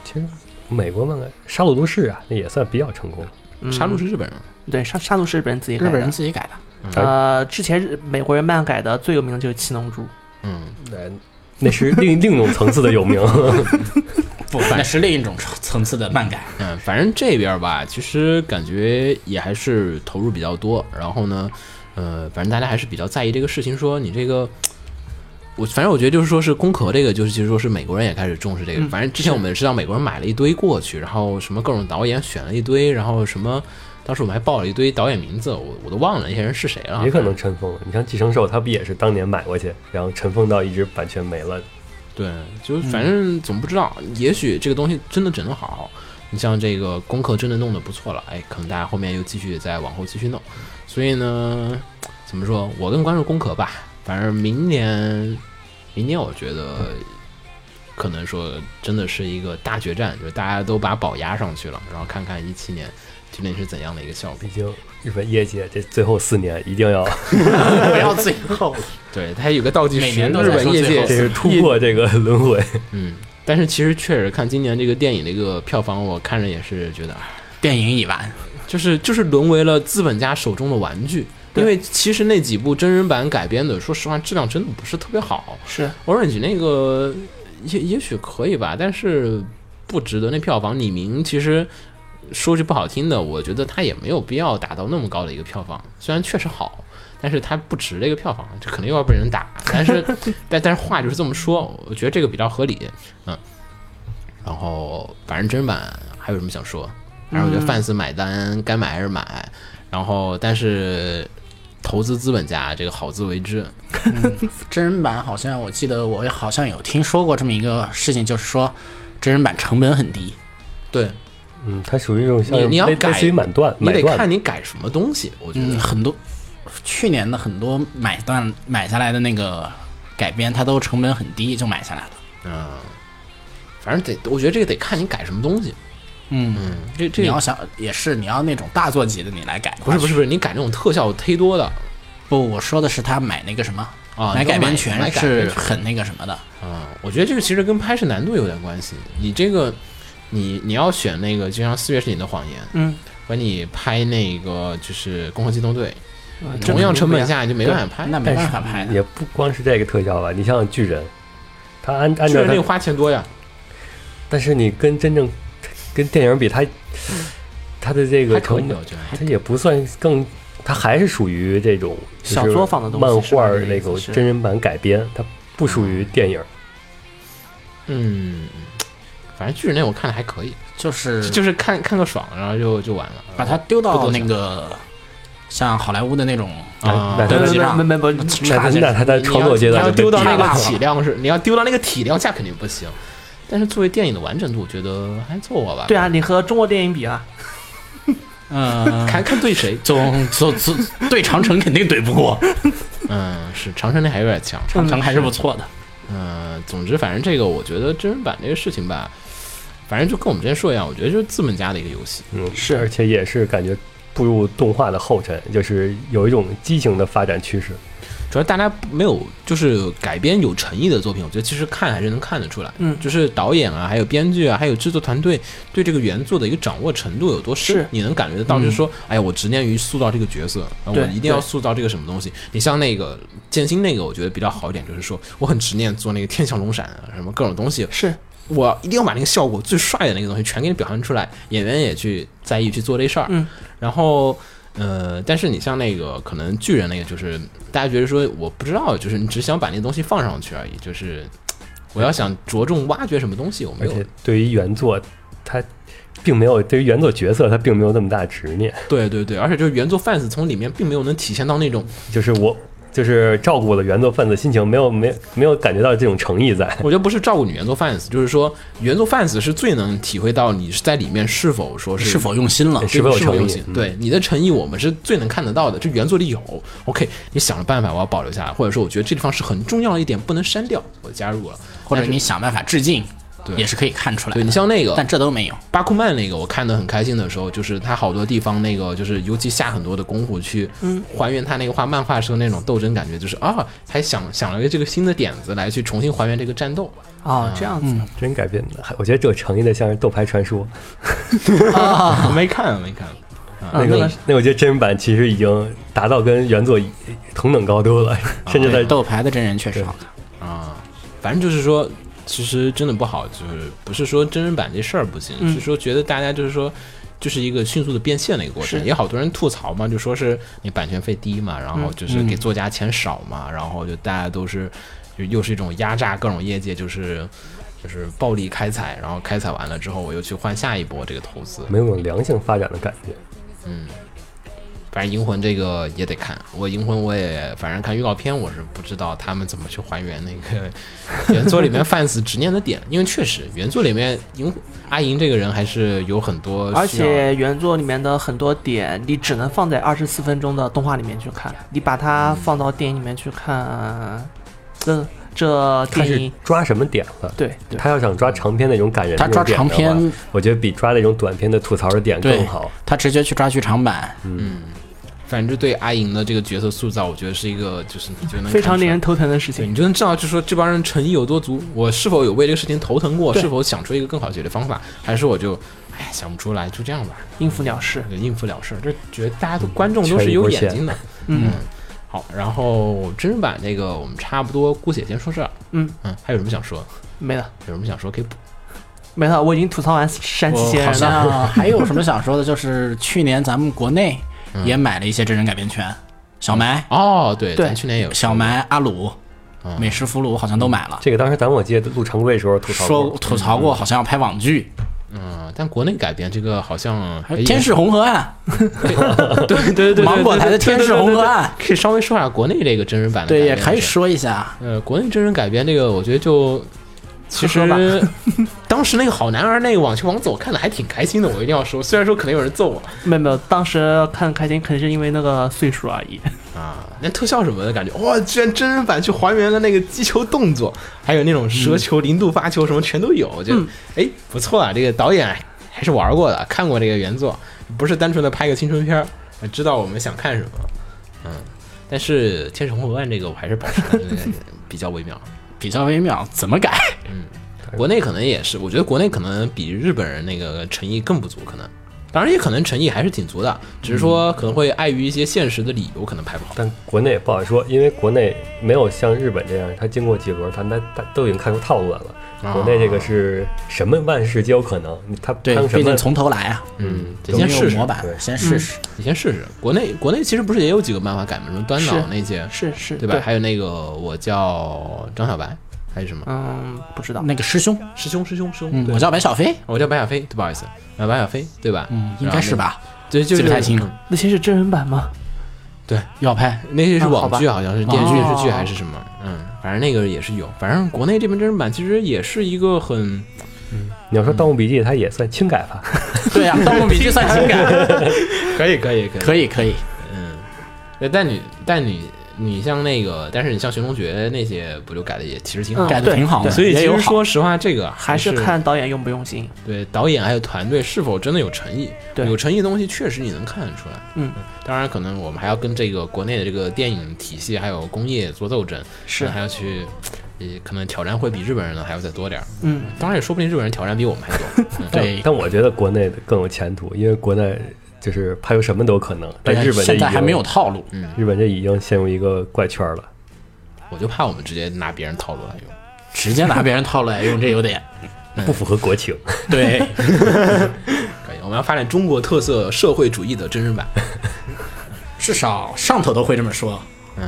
[SPEAKER 5] 其实美国漫改《杀戮都市》啊，那也算比较成功。
[SPEAKER 2] 嗯
[SPEAKER 1] 杀戮是日本人吗，
[SPEAKER 2] 对杀杀戮是日本人自己
[SPEAKER 3] 日
[SPEAKER 2] 改的
[SPEAKER 3] 本人自己改的。
[SPEAKER 2] 呃，之前日美国人漫改的最有名的就是《七龙珠》，
[SPEAKER 1] 嗯，
[SPEAKER 5] 那那是另另一种层次的有名。
[SPEAKER 3] 不，那是另一种层次的漫改。
[SPEAKER 1] 嗯，反正这边吧，其实感觉也还是投入比较多。然后呢，呃，反正大家还是比较在意这个事情，说你这个。我反正我觉得就是说是攻壳这个，就是其实说是美国人也开始重视这个。
[SPEAKER 2] 嗯
[SPEAKER 1] 反正之前我们知道美国人买了一堆过去，然后什么各种导演选了一堆，然后什么，当时我们还报了一堆导演名字，我我都忘了那些人是谁
[SPEAKER 3] 啊
[SPEAKER 1] 了。
[SPEAKER 5] 也可能尘封了。你像《寄生兽》，它不也是当年买过去，然后尘封到一直版权没了？
[SPEAKER 1] 对，
[SPEAKER 3] 嗯
[SPEAKER 1] 就反正总不知道，也许这个东西真的整得好。你像这个功课真的弄得不错了，哎，可能大家后面又继续再往后继续弄。所以呢，怎么说我更关注功课吧。反正明年，明年我觉得可能说真的是一个大决战，就是大家都把宝压上去了，然后看看一七年究竟是怎样的一个效果。
[SPEAKER 5] 毕竟日本业界这最后四年一定要，
[SPEAKER 3] 不要最后，
[SPEAKER 1] 对，它有个倒计
[SPEAKER 3] 每
[SPEAKER 1] 时，
[SPEAKER 3] 年都
[SPEAKER 1] 日
[SPEAKER 3] 在
[SPEAKER 1] 本
[SPEAKER 3] 说
[SPEAKER 1] 业
[SPEAKER 3] 最
[SPEAKER 1] 界
[SPEAKER 3] 后
[SPEAKER 5] 这是突破这个轮回。
[SPEAKER 1] 嗯。但是其实确实看今年这个电影的一个票房，我看着也是觉得，哎
[SPEAKER 3] 电影已完，
[SPEAKER 1] 就是就是沦为了资本家手中的玩具。因为其实那几部真人版改编的，说实话质量真的不是特别好。
[SPEAKER 2] 是
[SPEAKER 1] Orange 那个也也许可以吧，但是不值得那票房。李明其实说句不好听的，我觉得他也没有必要达到那么高的一个票房，虽然确实好。但是他不值这个票房，这肯定又要被人打。但是， 但但是话就是这么说，我觉得这个比较合理，嗯。然后，反正真人版还有什么想说？反正我觉得 fans 买单该买还是买，然后但是投资资本家这个好自为之，
[SPEAKER 3] 真人版好像我记得我好像有听说过这么一个事情，就是说真人版成本很低。
[SPEAKER 1] 对
[SPEAKER 5] 嗯，它属于一种像
[SPEAKER 1] 你你要
[SPEAKER 5] 类
[SPEAKER 1] 改
[SPEAKER 5] 类似于买断，
[SPEAKER 1] 你
[SPEAKER 5] 买
[SPEAKER 1] 得看
[SPEAKER 5] 断。
[SPEAKER 1] 你改什么东西，我觉
[SPEAKER 3] 嗯，
[SPEAKER 1] 得。
[SPEAKER 3] 很多去年的很多买断买下来的那个改编，它都成本很低就买下来了。
[SPEAKER 1] 嗯，反正得，我觉得这个得看你改什么东西。
[SPEAKER 3] 嗯，
[SPEAKER 1] 嗯，这这
[SPEAKER 3] 你
[SPEAKER 1] 个
[SPEAKER 3] 要想也是你要那种大作级的你来改的
[SPEAKER 1] 不
[SPEAKER 3] 话，
[SPEAKER 1] 是不是不是，你改这种特效忒多的
[SPEAKER 3] 不，我说的是他买那个什么
[SPEAKER 1] 啊，
[SPEAKER 3] 买
[SPEAKER 1] 你要
[SPEAKER 3] 改编
[SPEAKER 1] 买
[SPEAKER 3] 权
[SPEAKER 1] 改编
[SPEAKER 3] 是
[SPEAKER 1] 权
[SPEAKER 3] 很那个什么的。
[SPEAKER 1] 啊、我觉得这个其实跟拍摄难度有点关系。你这个，你你要选那个，就像《四月是你的谎言》，
[SPEAKER 2] 嗯，
[SPEAKER 1] 和你拍那个就是《攻壳机动队
[SPEAKER 2] 呃》，这
[SPEAKER 1] 同样
[SPEAKER 2] 肯定
[SPEAKER 1] 成
[SPEAKER 2] 不一
[SPEAKER 1] 本下你就没办法拍。
[SPEAKER 3] 那没办法拍的。
[SPEAKER 5] 也不光是这个特效吧，你像巨人，它按按
[SPEAKER 1] 确
[SPEAKER 5] 照
[SPEAKER 1] 实那个
[SPEAKER 5] 它，
[SPEAKER 1] 花钱多呀，
[SPEAKER 5] 但是你跟真正跟电影比，它它的
[SPEAKER 1] 嗯还
[SPEAKER 5] 这
[SPEAKER 1] 可
[SPEAKER 5] 个
[SPEAKER 1] 以
[SPEAKER 5] 成
[SPEAKER 1] 的，
[SPEAKER 5] 本，
[SPEAKER 1] 我觉得。
[SPEAKER 5] 它也不算更，它还是属于这种就是
[SPEAKER 2] 小作坊的东西
[SPEAKER 5] 漫
[SPEAKER 2] 是吧
[SPEAKER 5] 画
[SPEAKER 2] 这个
[SPEAKER 5] 那
[SPEAKER 2] 意思
[SPEAKER 5] 种
[SPEAKER 2] 是
[SPEAKER 5] 真人版改编，它不属于电影。
[SPEAKER 1] 嗯，反正巨人那我看的还可以，
[SPEAKER 3] 就是
[SPEAKER 1] 就是看看个爽，然后就就完了。
[SPEAKER 3] 把它丢
[SPEAKER 1] 不
[SPEAKER 3] 到
[SPEAKER 1] 多
[SPEAKER 3] 那
[SPEAKER 1] 想
[SPEAKER 3] 个像好莱坞的那种
[SPEAKER 1] 啊
[SPEAKER 5] 那
[SPEAKER 3] 对
[SPEAKER 2] 没
[SPEAKER 3] 不起
[SPEAKER 2] 没
[SPEAKER 3] 啊
[SPEAKER 2] 没没不，
[SPEAKER 5] 那
[SPEAKER 3] 查
[SPEAKER 5] 他
[SPEAKER 3] 起来
[SPEAKER 5] 那他哎在
[SPEAKER 1] 你
[SPEAKER 5] 创作阶段
[SPEAKER 1] 要
[SPEAKER 5] 就
[SPEAKER 1] 你要丢到那
[SPEAKER 5] 被
[SPEAKER 1] 个
[SPEAKER 5] 打
[SPEAKER 1] 体量是，你要丢到那个体量下肯定不行。但是作为电影的完整度，我觉得还凑合吧。
[SPEAKER 2] 对，啊，你和中国电影比啊，
[SPEAKER 5] 啊
[SPEAKER 3] 嗯，
[SPEAKER 1] 看看对谁，
[SPEAKER 3] 总总总对长城肯定怼不过，
[SPEAKER 1] 嗯，是长城那还有点强。
[SPEAKER 3] 长城还是不错的。
[SPEAKER 1] 嗯，总之反正这个我觉得真人版这个事情吧，反正就跟我们之前说一样，我觉得就是资本家的一个游戏。
[SPEAKER 5] 嗯，是，而且也是感觉步入动画的后尘，就是有一种畸形的发展趋势。
[SPEAKER 1] 主要大家没有就是改编有诚意的作品，我觉得其实看还是能看得出来，
[SPEAKER 2] 嗯
[SPEAKER 1] 就是导演啊，还有编剧啊，还有制作团队对这个原作的一个掌握程度有多深
[SPEAKER 2] 是，
[SPEAKER 1] 你能感觉得到，就是说，哎呀，我执念于塑造这个角色，啊我
[SPEAKER 2] 对
[SPEAKER 1] 一定要
[SPEAKER 2] 对
[SPEAKER 1] 塑造这个什么东西。你像那个剑心那个，我觉得比较好一点，就是说我很执念做那个天降龙闪啊，什么各种东西，
[SPEAKER 2] 是
[SPEAKER 1] 我一定要把那个效果最帅的那个东西全给你表现出来，演员也去在意去做这事儿。
[SPEAKER 2] 嗯，
[SPEAKER 1] 然后呃，但是你像那个可能巨人那个，就是大家觉得说我不知道，就是你只想把那个东西放上去而已，就是我要想着重挖掘什么东西，我没
[SPEAKER 5] 而
[SPEAKER 1] 有
[SPEAKER 5] 且对于原作，他并没有对于原作角色，他并没有那么大执念。
[SPEAKER 1] 对对对，而且就是原作 fans 从里面并没有能体现到那种，
[SPEAKER 5] 就是我就是照顾了原作贩子心情，没有没有没有感觉到这种诚意在。
[SPEAKER 1] 我觉得不是照顾你原作 fans，就是说原作 fans 是最能体会到你是在里面是否说是
[SPEAKER 3] 是否用心了？
[SPEAKER 5] 是否有诚意
[SPEAKER 1] 用心？
[SPEAKER 5] 嗯
[SPEAKER 1] 对你的诚意，我们是最能看得到的。这原作里有，OK，你想了办法，我要保留下来，或者说我觉得这地方是很重要的一点，不能删掉，我加入了。
[SPEAKER 3] 或者你想办法致敬，
[SPEAKER 1] 对
[SPEAKER 3] 也是可以看出来的。
[SPEAKER 1] 对你像那个
[SPEAKER 3] 但这都没有。
[SPEAKER 1] 巴库曼那个，我看得很开心的时候，就是他好多地方那个，就是尤其下很多的功夫去还原他那个画漫画时候那种斗争感觉，就是啊，还想想了一个这个新的点子来去重新还原这个战 斗。
[SPEAKER 2] 哦，这样子，
[SPEAKER 5] 真改变的，还我觉得这有诚意的像是《斗牌传说》
[SPEAKER 1] 我没看，没看。
[SPEAKER 2] 啊
[SPEAKER 5] 那个，那我觉得真人版其实已经达到跟原作一同等高度了，甚至在
[SPEAKER 3] 啊斗牌哎的真人确实好看，
[SPEAKER 1] 啊，反正就是说，其实真的不好，就是不是说真人版这事儿不行，
[SPEAKER 2] 嗯
[SPEAKER 1] 是说觉得大家就是说。就是一个迅速的变现的一个过程，
[SPEAKER 2] 是
[SPEAKER 1] 也好多人吐槽嘛，就说是你版权费低嘛，然
[SPEAKER 2] 嗯
[SPEAKER 1] 后就是给作家钱少嘛，然后就大家都是就又是一种压榨各种业界，就是就是暴力开采，然后开采完了之后，我又去换下一波这个投资。
[SPEAKER 5] 没有那种良性发展的感觉。
[SPEAKER 1] 反正银魂这个也得看，我银魂我也反正看预告片，我是不知道他们怎么去还原那个原作里面 fans 执念的点，因为确实原作里面银阿银这个人还是有很多需要，
[SPEAKER 2] 而且原作里面的很多点，你只能放在二十四分钟的动画里面去看，你把它放到电影里面去看，呃这这
[SPEAKER 5] 他
[SPEAKER 2] 电
[SPEAKER 5] 是
[SPEAKER 2] 影
[SPEAKER 5] 抓什么点了？
[SPEAKER 2] 对对
[SPEAKER 5] 他要想抓长篇那种感人，
[SPEAKER 3] 他抓长篇，
[SPEAKER 5] 我觉得比抓那种短篇的吐槽的点
[SPEAKER 3] 对
[SPEAKER 5] 更好。
[SPEAKER 3] 他直接去抓剧场版，
[SPEAKER 1] 反正对阿银的这个角色塑造，我觉得是一个就是你就能
[SPEAKER 2] 非常
[SPEAKER 1] 看出
[SPEAKER 2] 令
[SPEAKER 1] 来
[SPEAKER 2] 人头疼的事
[SPEAKER 1] 对，
[SPEAKER 2] 情。
[SPEAKER 1] 你就能知道，就是说这帮人诚意有多足，我是否有为这个事情头疼过，
[SPEAKER 2] 对
[SPEAKER 1] 是否想出一个更好的解决方法，还是我就哎想不出来，就这样吧，
[SPEAKER 2] 应付了事，
[SPEAKER 1] 就应付了事儿。这觉得大家都观众都是有眼睛的，
[SPEAKER 2] 嗯，
[SPEAKER 1] 好，然后真人版这个我们差不多姑且先说这儿。
[SPEAKER 2] 嗯
[SPEAKER 1] 嗯，还有什么想说？
[SPEAKER 2] 没了
[SPEAKER 1] 有什么想说可以补？
[SPEAKER 2] 没了，我已经吐槽完山崎贤
[SPEAKER 3] 好
[SPEAKER 2] 人了。
[SPEAKER 3] 像还有什么想说的，就是去年咱们国内
[SPEAKER 1] 嗯
[SPEAKER 3] 也买了一些真人改编权，小埋、
[SPEAKER 1] 哦，对，
[SPEAKER 2] 对
[SPEAKER 1] 咱去年有
[SPEAKER 3] 小埋、阿鲁、
[SPEAKER 1] 嗯
[SPEAKER 3] 美食俘虏好像都买了，
[SPEAKER 5] 这个当时咱们我记得录常规的时候吐槽
[SPEAKER 3] 说
[SPEAKER 5] 过，
[SPEAKER 3] 吐槽过好像要拍网剧，
[SPEAKER 1] 嗯，但国内改编这个好像
[SPEAKER 3] 还有 天使红河岸，
[SPEAKER 1] 对对对对，
[SPEAKER 3] 芒果台的天使红河岸，
[SPEAKER 1] 可以稍微说下国内这个真人版的。
[SPEAKER 3] 对，也可以。说一下，
[SPEAKER 1] 呃，国内真人改编这个，我觉得就。其实
[SPEAKER 2] 呵呵，
[SPEAKER 1] 当时那个好男儿那个网球王子，我看的还挺开心的。我一定要说，虽然说可能有人揍我
[SPEAKER 2] 没有没有，当时看开心，肯定是因为那个岁数而已。
[SPEAKER 1] 啊，那特效什么的感觉，哇，居然真人版去还原了那个击球动作，还有那种折球、零度发球什么全都有，我觉得哎不错啊，这个导演还是玩过的，看过这个原作，不是单纯的拍个青春片儿，知道我们想看什么。嗯，但是《天使红河岸》这个我还是保持它这个比较微妙。
[SPEAKER 3] 比较微妙，怎么改？
[SPEAKER 1] 国内可能也是，我觉得国内可能比日本人那个诚意更不足，可能，当然也可能诚意还是挺足的，只是说可能会碍于一些现实的理由，可能拍不好。
[SPEAKER 5] 但国内也不好说，因为国内没有像日本这样，它经过几轮，他们他都已经看出套路来
[SPEAKER 1] 啊
[SPEAKER 5] 了。国内这个是什么万事皆有可能，他
[SPEAKER 3] 对
[SPEAKER 5] 他，什
[SPEAKER 3] 毕
[SPEAKER 5] 么
[SPEAKER 3] 竟从头来啊，
[SPEAKER 1] 嗯，得
[SPEAKER 3] 有
[SPEAKER 1] 先
[SPEAKER 3] 没有
[SPEAKER 1] 试试
[SPEAKER 3] 模。板？
[SPEAKER 5] 对
[SPEAKER 3] 先试试。
[SPEAKER 1] 你先试试。国内国内其实不是也有几个漫画改吗？什么端
[SPEAKER 2] 是
[SPEAKER 1] 脑那些，
[SPEAKER 2] 是是，
[SPEAKER 1] 对吧？还有那个我叫张小白还是什么？
[SPEAKER 2] 嗯，不知道。
[SPEAKER 3] 那个师兄，
[SPEAKER 1] 师兄师兄师兄，
[SPEAKER 3] 嗯，
[SPEAKER 1] 对
[SPEAKER 3] 我叫白小飞，
[SPEAKER 1] 我叫白小飞，对不好意思，啊，白小飞对吧？
[SPEAKER 3] 嗯，应该是吧？
[SPEAKER 1] 对，就
[SPEAKER 3] 记
[SPEAKER 1] 是
[SPEAKER 3] 不太清
[SPEAKER 1] 嗯
[SPEAKER 2] 那些是真人版吗？
[SPEAKER 3] 要拍
[SPEAKER 1] 那些是
[SPEAKER 2] 啊好
[SPEAKER 1] 网
[SPEAKER 2] 吧
[SPEAKER 1] 剧，好像是
[SPEAKER 3] 哦
[SPEAKER 1] 电视电视剧还是什么？嗯，反正那个也是有。反正国内这边真人版其实也是一个很
[SPEAKER 5] 你要说《盗墓笔记》，它也算轻改吧。
[SPEAKER 3] 对呀，《盗墓笔记》算情感，
[SPEAKER 1] 可以可以可以呃
[SPEAKER 3] 可以可以。
[SPEAKER 1] 嗯，但但你但你你像那个，但是你像《寻龙诀》那些，不就改的也其实挺好的。
[SPEAKER 2] 嗯
[SPEAKER 3] 改的
[SPEAKER 2] 对
[SPEAKER 3] 挺好的，
[SPEAKER 1] 所以其
[SPEAKER 3] 也有
[SPEAKER 1] 实
[SPEAKER 3] 好。
[SPEAKER 1] 说实话，这个
[SPEAKER 2] 还
[SPEAKER 1] 是
[SPEAKER 2] 是看导演用不用心。
[SPEAKER 1] 对导演还有团队是否真的有诚意。
[SPEAKER 2] 对
[SPEAKER 1] 有诚意的东西确实你能看得出来。
[SPEAKER 2] 嗯，
[SPEAKER 1] 当然可能我们还要跟这个国内的这个电影体系还有工业做斗争，
[SPEAKER 2] 是
[SPEAKER 1] 还要去，呃，可能挑战会比日本人呢还要再多点儿。
[SPEAKER 2] 嗯，
[SPEAKER 1] 当然也说不定日本人挑战比我们 还多。嗯
[SPEAKER 5] 但
[SPEAKER 3] 对
[SPEAKER 5] 但我觉得国内的更有前途，因为国内就是拍出什么都可能，但日本这嗯
[SPEAKER 3] 现
[SPEAKER 5] 已
[SPEAKER 3] 在
[SPEAKER 5] 经
[SPEAKER 3] 还没有套路，
[SPEAKER 5] 日本这已经陷入一个怪圈了。
[SPEAKER 1] 我就怕我们直接拿别人套路来用。
[SPEAKER 3] 直接拿别人套路来用，这有点
[SPEAKER 5] 不符合国情，
[SPEAKER 3] 对。
[SPEAKER 1] 可以，我们要发展中国特色社会主义的真人 版。
[SPEAKER 3] 至少上头都会这么说。
[SPEAKER 1] 嗯，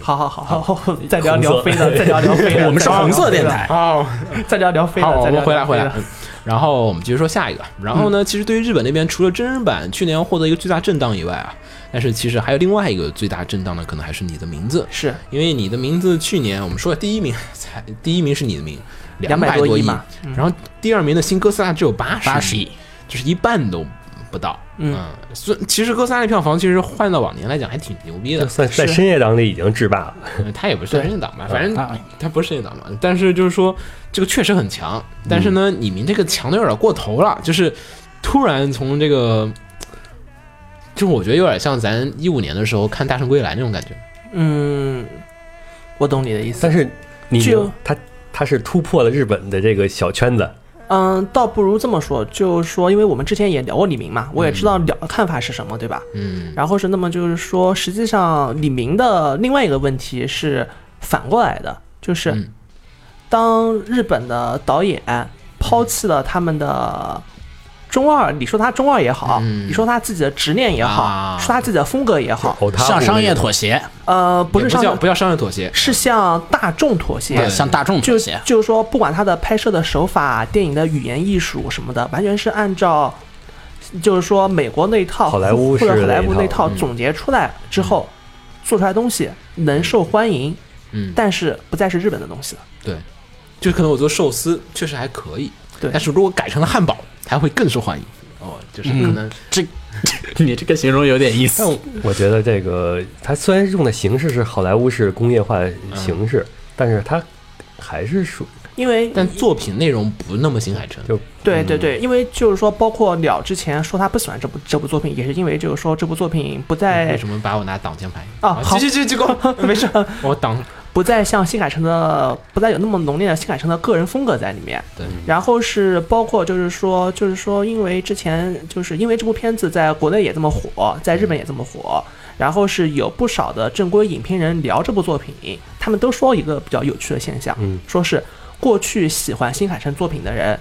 [SPEAKER 2] 好好好好，好再聊
[SPEAKER 5] 红色
[SPEAKER 2] 聊飞的，再聊聊飞的。
[SPEAKER 3] 我们是
[SPEAKER 2] 再聊聊
[SPEAKER 3] 红色
[SPEAKER 2] 飞
[SPEAKER 3] 电
[SPEAKER 2] 的，
[SPEAKER 3] 台，
[SPEAKER 1] 哦，
[SPEAKER 2] 再聊聊飞的。
[SPEAKER 1] 好，我
[SPEAKER 2] 再聊
[SPEAKER 1] 们
[SPEAKER 2] 聊
[SPEAKER 1] 回来
[SPEAKER 2] 飞
[SPEAKER 1] 回
[SPEAKER 2] 的
[SPEAKER 1] 来。嗯然后我们继续说下一个。然后呢，其实对于日本那边，除了真人版去年获得一个巨大震荡以外啊，但是其实还有另外一个最大震荡的，可能还是你的名字，
[SPEAKER 2] 是
[SPEAKER 1] 因为你的名字去年我们说第一名才第一名是你的名，两
[SPEAKER 2] 200
[SPEAKER 1] 百
[SPEAKER 2] 多
[SPEAKER 1] 多
[SPEAKER 2] 亿
[SPEAKER 1] 亿
[SPEAKER 2] 嘛
[SPEAKER 1] 然后第二名的新哥斯拉只有八十
[SPEAKER 3] 八十亿，
[SPEAKER 1] 就是一半都不到。
[SPEAKER 2] 嗯，
[SPEAKER 1] 所以其实哥斯拉的票房其实换到往年来讲还挺牛逼
[SPEAKER 5] 就
[SPEAKER 1] 的，
[SPEAKER 5] 算在
[SPEAKER 2] 是
[SPEAKER 5] 深夜档里已经制霸了。
[SPEAKER 1] 嗯它也不是深夜档吧，反正
[SPEAKER 3] 啊
[SPEAKER 1] 它不是深夜档嘛。但是就是说这个确实很强，但是
[SPEAKER 2] 嗯
[SPEAKER 1] 呢，你们这个强的有点过头了，就是突然从这个，就是我觉得有点像咱一五年的时候看《大圣归来》那种感觉。
[SPEAKER 2] 嗯，我懂你的意思。
[SPEAKER 5] 但是你
[SPEAKER 2] 就
[SPEAKER 5] 能他他是突破了日本的这个小圈子，
[SPEAKER 2] 嗯，倒不如这么说，就是说，因为我们之前也聊过李明嘛，我也知道聊看法是什么，对吧？
[SPEAKER 1] 嗯，
[SPEAKER 2] 然后是那么就是说，实际上李明的另外一个问题是反过来的，就是
[SPEAKER 1] 嗯
[SPEAKER 2] 当日本的导演抛弃了他们的中二，你说他中二也好，
[SPEAKER 1] 嗯
[SPEAKER 2] 你说他自己的执念也好，
[SPEAKER 1] 啊
[SPEAKER 2] 说他自己的风格也好，
[SPEAKER 5] 哦，他
[SPEAKER 3] 向商业妥协，
[SPEAKER 2] 呃，不是
[SPEAKER 1] 也
[SPEAKER 2] 上
[SPEAKER 1] 叫不叫商业妥协，
[SPEAKER 2] 是向大众妥协，
[SPEAKER 1] 对
[SPEAKER 3] 向大众妥协。
[SPEAKER 2] 就是说，不管他的拍摄的手法、电影的语言艺术什么的，完全是按照，就是说美国那一套，
[SPEAKER 5] 好莱坞
[SPEAKER 2] 或者好
[SPEAKER 5] 式的
[SPEAKER 2] 莱
[SPEAKER 5] 那一
[SPEAKER 2] 坞
[SPEAKER 5] 套
[SPEAKER 2] 那套
[SPEAKER 1] 嗯
[SPEAKER 2] 总结出来之后，做出来的东西能受欢迎，
[SPEAKER 1] 嗯，
[SPEAKER 2] 但是不再是日本的东西了。
[SPEAKER 1] 就可能我做寿司确实还可以，
[SPEAKER 2] 对
[SPEAKER 1] 但是如果改成了汉堡，它会更受欢迎。哦，就是
[SPEAKER 2] 嗯
[SPEAKER 1] 可能
[SPEAKER 3] 你这个形容有点意
[SPEAKER 5] 但
[SPEAKER 3] 思。
[SPEAKER 5] 我觉得这个它虽然用的形式是好莱坞式工业化形式，但是它还是属
[SPEAKER 2] 因为
[SPEAKER 1] 但作品内容不那么新海诚。
[SPEAKER 2] 对对对，因为就是说，包括了之前说他不喜欢这部这部作品，也是因为就是说这部作品不
[SPEAKER 1] 为
[SPEAKER 2] 再
[SPEAKER 1] 什么把我拿挡箭牌？
[SPEAKER 2] 啊好
[SPEAKER 1] 去去去，给我没事，我挡。
[SPEAKER 2] 不再像新海诚的，不再有那么浓烈的新海诚的个人风格在里面。
[SPEAKER 1] 对，
[SPEAKER 2] 然后是包括就是说，就是说，因为之前就是因为这部片子在国内也这么火，在日本也这么火，然后是有不少的正规影评人聊这部作品，他们都说一个比较有趣的现象，
[SPEAKER 5] 嗯
[SPEAKER 2] 说是过去喜欢新海诚作品的人，